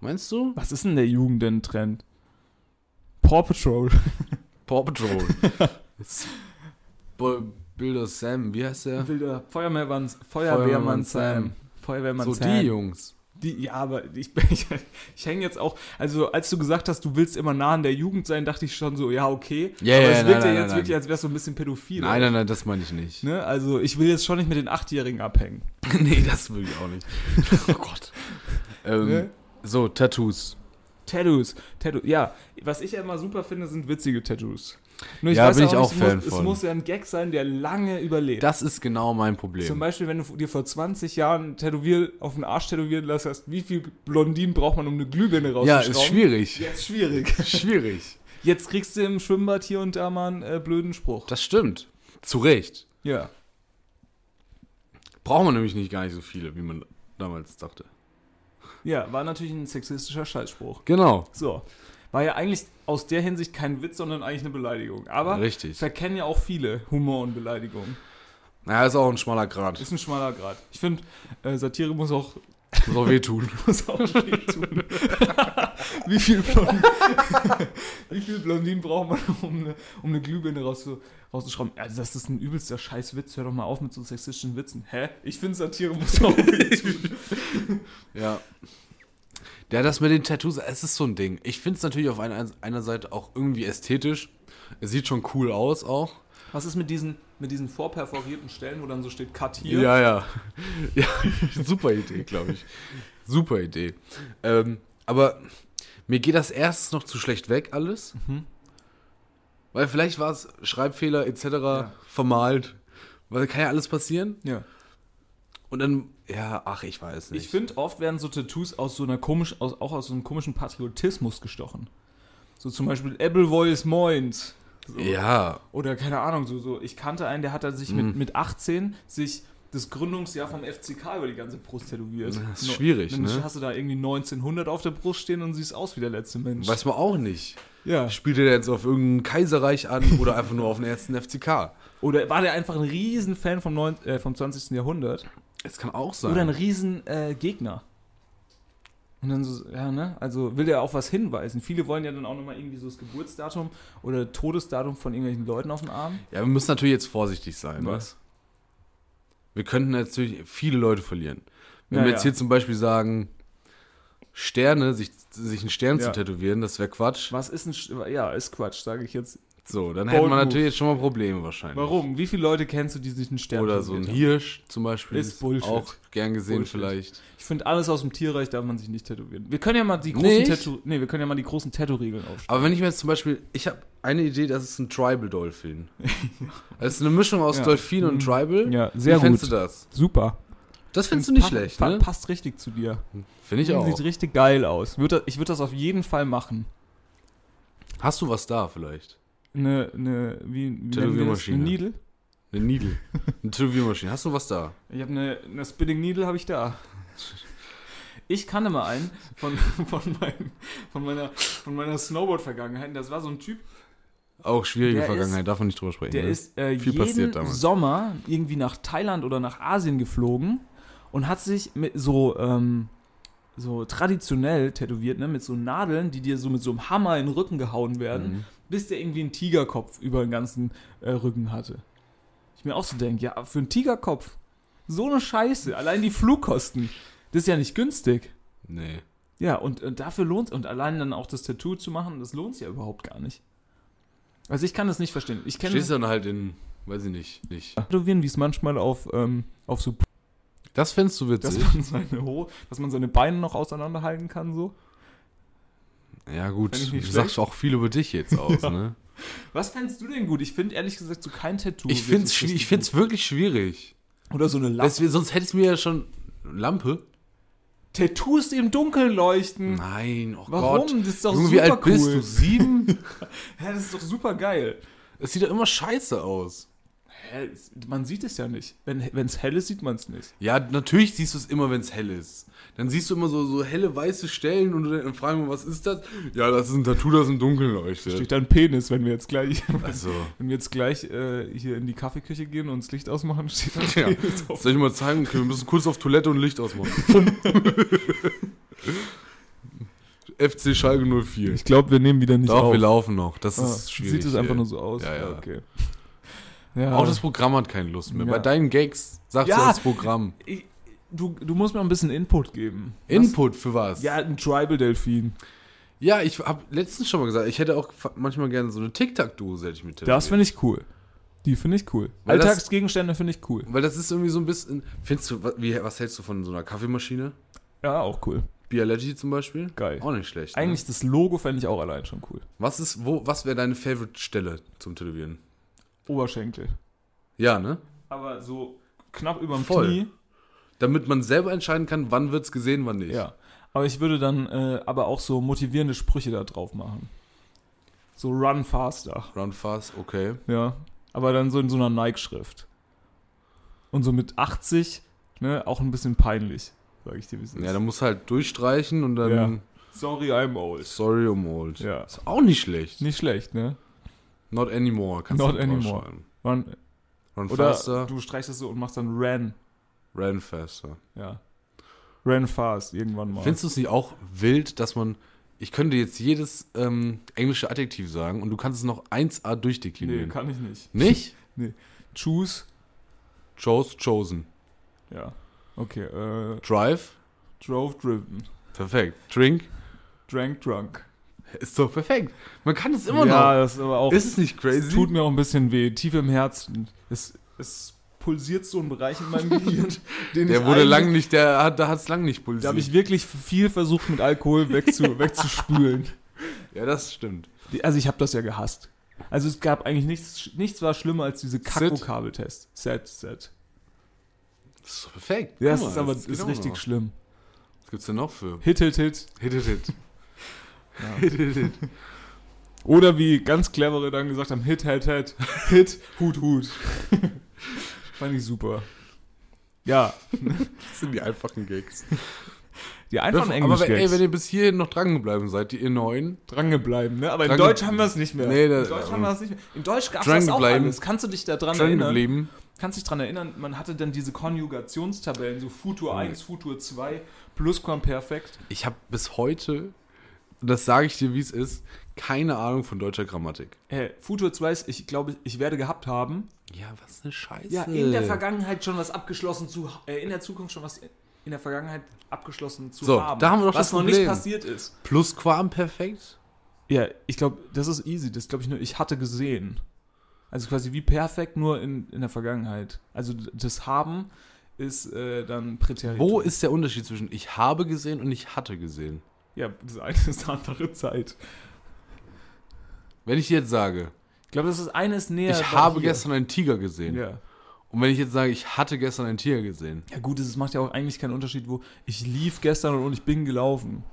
D: Meinst du?
C: Was ist denn der Jugend denn Trend? Paw Patrol.
D: Paw (laughs) Patrol. S- Bo- Bilder Sam, wie heißt der?
C: Bilder. Feuerwehrmann, Feuerwehrmann
D: Feuerwehrmann Sam.
C: Sam. Feuerwehrmann
D: So
C: Sam.
D: die Jungs.
C: Die, ja, aber ich, (laughs) ich, ich hänge jetzt auch, also als du gesagt hast, du willst immer nah an der Jugend sein, dachte ich schon so, ja, okay.
D: Ja,
C: aber
D: ja,
C: es wirkt
D: nein, nein,
C: ja
D: nein,
C: jetzt
D: nein.
C: wirklich, als wärst du ein bisschen pädophil.
D: Nein, nein, nein, das meine ich nicht.
C: Ne? Also ich will jetzt schon nicht mit den Achtjährigen abhängen.
D: (laughs) nee, das will ich auch nicht. (laughs) oh Gott. Ähm,
C: Ne?
D: So, Tattoos.
C: Tattoos, Tattoos, ja. Was ich ja immer super finde, sind witzige Tattoos. Nur
D: Ja, bin ich
C: nicht,
D: auch Fan
C: es muss,
D: von.
C: Es muss ja ein Gag sein, der lange überlebt.
D: Das ist genau mein Problem.
C: Zum Beispiel, wenn du dir vor 20 Jahren Tätowier auf den Arsch tätowieren lassen hast, wie viel Blondinen braucht man, um eine Glühbirne
D: ja,
C: rauszuschrauben?
D: ist schwierig.
C: Jetzt schwierig.
D: schwierig.
C: Jetzt kriegst du im Schwimmbad hier und da mal einen äh, blöden Spruch.
D: Das stimmt. Zu Recht.
C: Ja.
D: Braucht man nämlich nicht gar nicht so viele, wie man damals dachte.
C: Ja, war natürlich ein sexistischer Scheißspruch.
D: Genau.
C: So. War ja eigentlich aus der Hinsicht kein Witz, sondern eigentlich eine Beleidigung. Aber
D: Richtig.
C: verkennen ja auch viele Humor und Beleidigung.
D: Ja, ist auch ein schmaler Grat.
C: Ist ein schmaler Grad. Ich finde, äh, Satire muss auch,
D: Muss auch wehtun.
C: muss auch viel tun. (laughs) wie, viel Blondin, (laughs) wie viel Blondinen braucht man, um eine, um eine Glühbirne rauszu, rauszuschrauben? Also das ist ein übelster Scheißwitz. Hör doch mal auf mit so sexistischen Witzen. Hä? Ich finde, Satire muss auch viel tun.
D: (laughs) Ja. Ja, das mit den Tattoos, es ist so ein Ding. Ich finde es natürlich auf einer, einer Seite auch irgendwie ästhetisch. Es sieht schon cool aus auch.
C: Was ist mit diesen, mit diesen vorperforierten Stellen, wo dann so steht Cut hier?
D: Ja, ja. (laughs) ja super Idee, glaube ich. Super Idee. Ähm, aber mir geht das erstens noch zu schlecht weg alles. Weil vielleicht war es Schreibfehler etc. vermalt. Weil kann ja alles passieren.
C: ja.
D: Und dann, ja, ach, ich weiß nicht.
C: Ich finde, oft werden so Tattoos aus so einer komisch, aus, auch aus so einem komischen Patriotismus gestochen. So zum Beispiel Appleboy ist moins.
D: ja,
C: Oder keine Ahnung, so, so. Ich kannte einen, der hat dann sich
D: Mhm.
C: mit, mit 18 sich das Gründungsjahr vom FCK über die ganze Brust tätowiert.
D: Das ist
C: No-
D: schwierig,
C: Dann
D: ne?
C: hast du da irgendwie 1900 auf der Brust stehen und siehst aus wie der letzte Mensch.
D: weiß man auch nicht.
C: Ja.
D: Spielt er jetzt auf irgendein Kaiserreich an oder einfach nur auf den ersten FCK?
C: Oder war der einfach ein riesen Fan vom, neun, äh, vom 20. Jahrhundert?
D: Es kann auch sein.
C: Oder ein riesen äh, Gegner. Und dann so, ja, ne? Also will der auf was hinweisen. Viele wollen ja dann auch nochmal irgendwie so das Geburtsdatum oder Todesdatum von irgendwelchen Leuten auf den Arm.
D: Ja, wir müssen natürlich jetzt vorsichtig sein. Was? Wir könnten natürlich viele Leute verlieren. Wenn
C: Ja,
D: wir jetzt
C: ja.
D: hier zum Beispiel sagen, Sterne, sich, sich einen Stern
C: Ja.
D: zu tätowieren, das wäre Quatsch.
C: Was ist ein, Sch- ja, ist Quatsch, sage ich jetzt.
D: So, dann
C: Bold
D: hätten wir
C: move.
D: natürlich jetzt schon mal Probleme wahrscheinlich.
C: Warum? Wie viele Leute kennst du, die sich einen Stern
D: Oder so ein
C: tätowiert
D: Hirsch zum Beispiel.
C: Ist Bullshit.
D: Auch gern gesehen
C: Bullshit.
D: vielleicht.
C: haben? Ich finde, alles aus dem Tierreich darf man sich nicht tätowieren. Wir können ja mal die großen
D: Nicht?
C: Tattoo, nee, wir können ja mal die großen Tattoo-Regeln aufstellen.
D: Aber wenn ich mir jetzt zum Beispiel, ich habe eine Idee, das ist ein
C: (laughs)
D: Tribal-Dolphin. Das ist eine Mischung aus
C: Ja. Mhm.
D: Dolphin und Tribal.
C: Ja, sehr
D: Wie findest
C: gut.
D: du das?
C: Super.
D: Das findest du nicht
C: Pa-
D: schlecht,
C: pa-
D: ne?
C: Passt richtig zu dir.
D: Finde ich auch.
C: Sieht richtig geil aus. Würd das- Ich würde das auf jeden Fall machen.
D: Hast du was da vielleicht?
C: Eine, eine, wie, wie nennen wir das?
D: Tätowiermaschine.
C: Eine Needle?
D: Eine
C: (laughs)
D: Needle. Eine Tätowiermaschine. Hast du was da?
C: Ich habe eine, eine Spinning Needle habe ich da. Ich kannte mal einen von, (laughs) von, meinem, von meiner, von meiner Snowboard-Vergangenheit. Das war so ein Typ,
D: Auch schwierige
C: Der
D: Vergangenheit, darf man nicht drüber sprechen.
C: der
D: ne?
C: ist äh,
D: Viel
C: jeden
D: passiert damals.
C: Sommer irgendwie nach Thailand oder nach Asien geflogen und hat sich mit so, ähm, so traditionell tätowiert, ne? mit so Nadeln, die dir so mit so einem Hammer in den Rücken gehauen werden,
D: Mhm.
C: bis der irgendwie einen Tigerkopf über den ganzen äh, Rücken hatte. Ich mir auch so denke, ja, für einen Tigerkopf, so eine Scheiße, allein die Flugkosten, das ist ja nicht günstig.
D: Nee.
C: Ja, und, und dafür lohnt und allein dann auch das Tattoo zu machen, das lohnt sich ja überhaupt gar nicht. Also ich kann das nicht verstehen. Ich kenne
D: Stehst dann halt in, weiß ich nicht, nicht.
C: tätowieren, wie es manchmal auf, ähm, auf so,
D: Das fändest du
C: dass
D: witzig.
C: man, seine Ho dass man seine Beine noch auseinanderhalten kann, so.
D: (laughs) ja, gut.
C: Fänd ich
D: Du
C: nicht
D: sagst auch viel über dich jetzt aus, ne?
C: Was fändest du denn gut? Ich finde ehrlich gesagt so kein Tattoo.
D: Ich find's, schwi- ich find's wirklich schwierig.
C: Oder so eine Lampe.
D: Deswegen, sonst hättest du mir ja schon. Lampe?
C: Tattoos, die im Dunkeln leuchten.
D: Nein, oh
C: Warum?
D: Gott.
C: Das ist doch
D: Junge, wie
C: super
D: alt bist
C: cool. (laughs)
D: du? Sieben?
C: Hä, das ist doch super geil.
D: Es sieht doch immer scheiße aus.
C: hell ist. Man sieht es ja nicht. Wenn es hell ist, sieht man es nicht.
D: Ja, natürlich siehst du es immer, wenn es hell ist. Dann siehst du immer so, so helle weiße Stellen und dann fragen wir, was ist das? Ja, das ist ein Tattoo, das im Dunkeln leuchtet.
C: Steht da ein Penis, wenn wir jetzt gleich, (laughs)
D: Also,
C: wenn wir jetzt gleich äh, hier in die Kaffeeküche gehen und das Licht ausmachen, (laughs) steht da ein
D: ja.
C: Penis auf.
D: (laughs) Soll ich mal zeigen? Okay, wir müssen kurz auf Toilette und Licht
C: (laughs)
D: ausmachen. FC Schalke 04.
C: Ich glaube, wir nehmen wieder nicht
D: Doch,
C: auf.
D: wir laufen noch. Das
C: Ah,
D: ist schwierig.
C: Sieht es einfach
D: ey.
C: nur so aus.
D: Ja, ja.
C: okay. Ja.
D: Auch das Programm hat keine Lust mehr.
C: Ja.
D: Bei deinen Gags sagst
C: Ja.
D: du das Programm.
C: ich, du, du musst mir ein bisschen Input geben.
D: Input für was?
C: Was? Ja, ein Tribal-Delfin.
D: Ja, ich habe letztens schon mal gesagt, ich hätte auch fa- manchmal gerne so eine Tic-Tac-Dose, hätte ich mit
C: Das finde ich cool. Die finde ich cool.
D: Weil das-
C: Alltagsgegenstände finde ich cool.
D: Weil das ist irgendwie so ein bisschen. Findest du, wa- wie, was hältst du von so einer Kaffeemaschine?
C: Ja, auch cool.
D: Bialetti zum Beispiel?
C: Geil.
D: Auch nicht schlecht. ne?
C: Eigentlich das Logo fände ich auch allein schon cool.
D: Was ist, wo, was wäre deine Favorite-Stelle zum Tätowieren?
C: Oberschenkel.
D: Ja, ne?
C: Aber so knapp über dem
D: Voll.
C: Knie.
D: Damit man selber entscheiden kann, wann wird's gesehen, wann nicht.
C: Ja. Aber ich würde dann äh, aber auch so motivierende Sprüche da drauf machen. So run faster.
D: Run fast, okay.
C: Ja. Aber dann so in so einer Nike-Schrift. Und so mit 80, ne, auch ein bisschen peinlich, sage ich dir, wie es ist.
D: Ja, dann musst du halt durchstreichen und dann.
C: Ja. Sorry, I'm old.
D: Sorry, um old.
C: Ja.
D: Ist auch nicht schlecht.
C: Nicht schlecht, ne?
D: Not anymore. Kannst
C: Not
D: du drauf
C: anymore.
D: schreiben.
C: Man,
D: Run
C: oder
D: faster,
C: du streichst es so und machst dann ran.
D: ran faster.
C: Ja. Ran fast, irgendwann mal.
D: Findest du es nicht auch wild, dass man. Ich könnte jetzt jedes ähm, englische Adjektiv sagen und du kannst es noch 1A
C: nee,
D: durchdeklinieren.
C: kann ich nicht.
D: nicht?
C: Nee. Choose.
D: Chose, chosen.
C: Ja. Okay, äh,
D: Drive,
C: drove driven.
D: perfekt. Drink,
C: Drank drunk.
D: ist doch perfekt. Man kann es immer
C: ja,
D: noch.
C: das ist aber auch.
D: Ist es nicht crazy?
C: Es tut mir auch ein bisschen weh. Tief im Herzen. Es, es pulsiert so ein Bereich in meinem
D: (laughs)
C: Gehirn, den
D: der
C: ich
D: wurde
C: eigentlich-
D: lang nicht, der hat, da hat es lang nicht
C: Da
D: pulsiert.
C: habe ich wirklich viel versucht, mit Alkohol
D: (laughs)
C: wegzu, wegzuspülen.
D: ja, das stimmt.
C: Die- Also ich habe das ja gehasst. Also es gab eigentlich nichts, nichts war schlimmer als diese
D: Sit.
C: Kackvokabeltests. Set, set.
D: Das ist doch perfekt.
C: Ja,
D: Guck
C: das
D: mal,
C: ist aber
D: das
C: das
D: geht
C: ist
D: auch
C: richtig
D: noch.
C: schlimm.
D: Was gibt's denn noch für?
C: Hit, hit, hit.
D: Hit it it.
C: (laughs) Ja.
D: Hit it it.
C: Oder wie ganz clevere dann gesagt haben, hit, hit, hit. (laughs) Hit, hut, hut. (laughs) Fand ich super. Ja,
D: Das sind die einfachen Gags.
C: die einfachen englisch
D: aber wenn, ey, wenn
C: wenn
D: ihr bis hierhin noch dran geblieben seid, die ihr neuen,
C: drangebleiben, ne? Aber in
D: Drange-
C: Deutsch haben wir es nicht mehr.
D: Nee, da-
C: in Deutsch haben wir es nicht mehr. In Deutsch gab es das auch
D: Drangebleiben.
C: alles. Kannst du dich daran
D: dran
C: erinnern?
D: geblieben,
C: kannst dich dran erinnern, man hatte dann diese Konjugationstabellen, so
D: Oh.
C: Futur 1, Futur 2, Plusquamperfekt.
D: ich habe bis heute, das sage ich dir, wie es ist, keine Ahnung von deutscher Grammatik.
C: Hey, Äh, Futur 2 ist, ich glaube, ich werde gehabt haben.
D: Ja, was eine Scheiße.
C: Ja, in der Vergangenheit schon was abgeschlossen zu, äh, in der Zukunft schon was in, in der Vergangenheit abgeschlossen zu
D: So,
C: haben.
D: da haben wir doch
C: was
D: das
C: noch nicht
D: Problem.
C: passiert ist.
D: Plusquamperfekt?
C: Ja, ich glaube, das ist easy. Das glaube ich nur, ich hatte gesehen. Also quasi wie perfekt, nur in, in der Vergangenheit. Also d- das Haben ist äh, dann Präteritum.
D: Wo ist der Unterschied zwischen ich habe gesehen und ich hatte gesehen?
C: Ja, das eine ist eine andere Zeit.
D: Wenn ich jetzt sage,
C: Ich glaube, das ist eines näher. bei
D: ich habe
C: hier.
D: gestern einen Tiger gesehen.
C: Ja.
D: Und wenn ich jetzt sage, ich hatte gestern einen Tiger gesehen.
C: Ja gut, es macht ja auch eigentlich keinen Unterschied, wo ich lief gestern und ich bin gelaufen.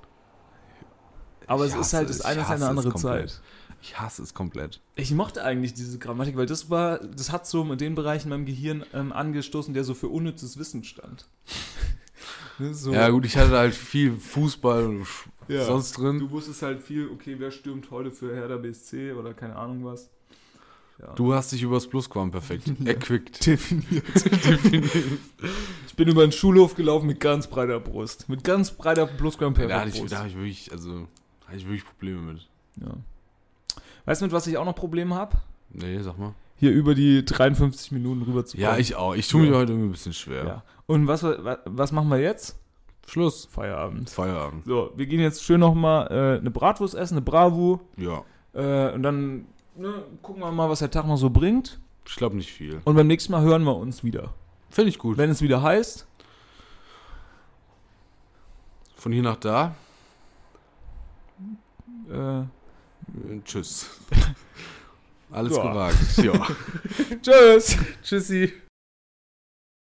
C: Aber
D: Ich
C: es ist
D: hasse
C: halt das
D: es,
C: eine
D: ich
C: ist eine
D: hasse es
C: andere
D: komplett.
C: Zeit.
D: Ich hasse es komplett.
C: Ich mochte eigentlich diese Grammatik, weil das war, das hat so in den Bereich in meinem Gehirn ähm, angestoßen, der so für unnützes Wissen stand. (laughs) Ne, so,
D: Ja gut, ich hatte halt viel Fußball und
C: Ja.
D: sonst drin.
C: Du wusstest halt viel, okay, wer stürmt heute für Herder BSC oder keine Ahnung
D: (laughs)
C: was.
D: Du hast dich übers
C: (laughs)
D: Plusquamperfekt erquickt.
C: Definiert. Ich bin über den Schulhof gelaufen mit ganz breiter Brust. Mit ganz breiter
D: Da hatte ich,
C: Brust.
D: da habe ich wirklich, also, hatte ich wirklich Probleme mit.
C: Ja. Weißt du, mit was ich auch noch Probleme habe?
D: Nee, sag mal.
C: Hier über die 53 Minuten rüber zu
D: Ja,
C: kommen.
D: ich auch. Ich tue mich heute irgendwie ein bisschen schwer.
C: Ja. Und was, wa- was machen wir jetzt?
D: Schluss.
C: Feierabend.
D: Feierabend.
C: So, wir gehen jetzt schön nochmal äh, eine Bratwurst essen, eine Bravo.
D: Ja.
C: Äh, und dann ne, gucken wir mal, was der Tag noch so bringt.
D: Ich glaube nicht viel.
C: Und beim nächsten Mal hören wir uns wieder.
D: Finde ich gut.
C: Wenn es wieder heißt,
D: Von hier nach da.
C: äh,
D: Äh, (laughs) Tschüss. Alles
C: Ja.
D: (laughs) gewagt. Ja.
C: tschüss! (laughs)
D: Tschüssi.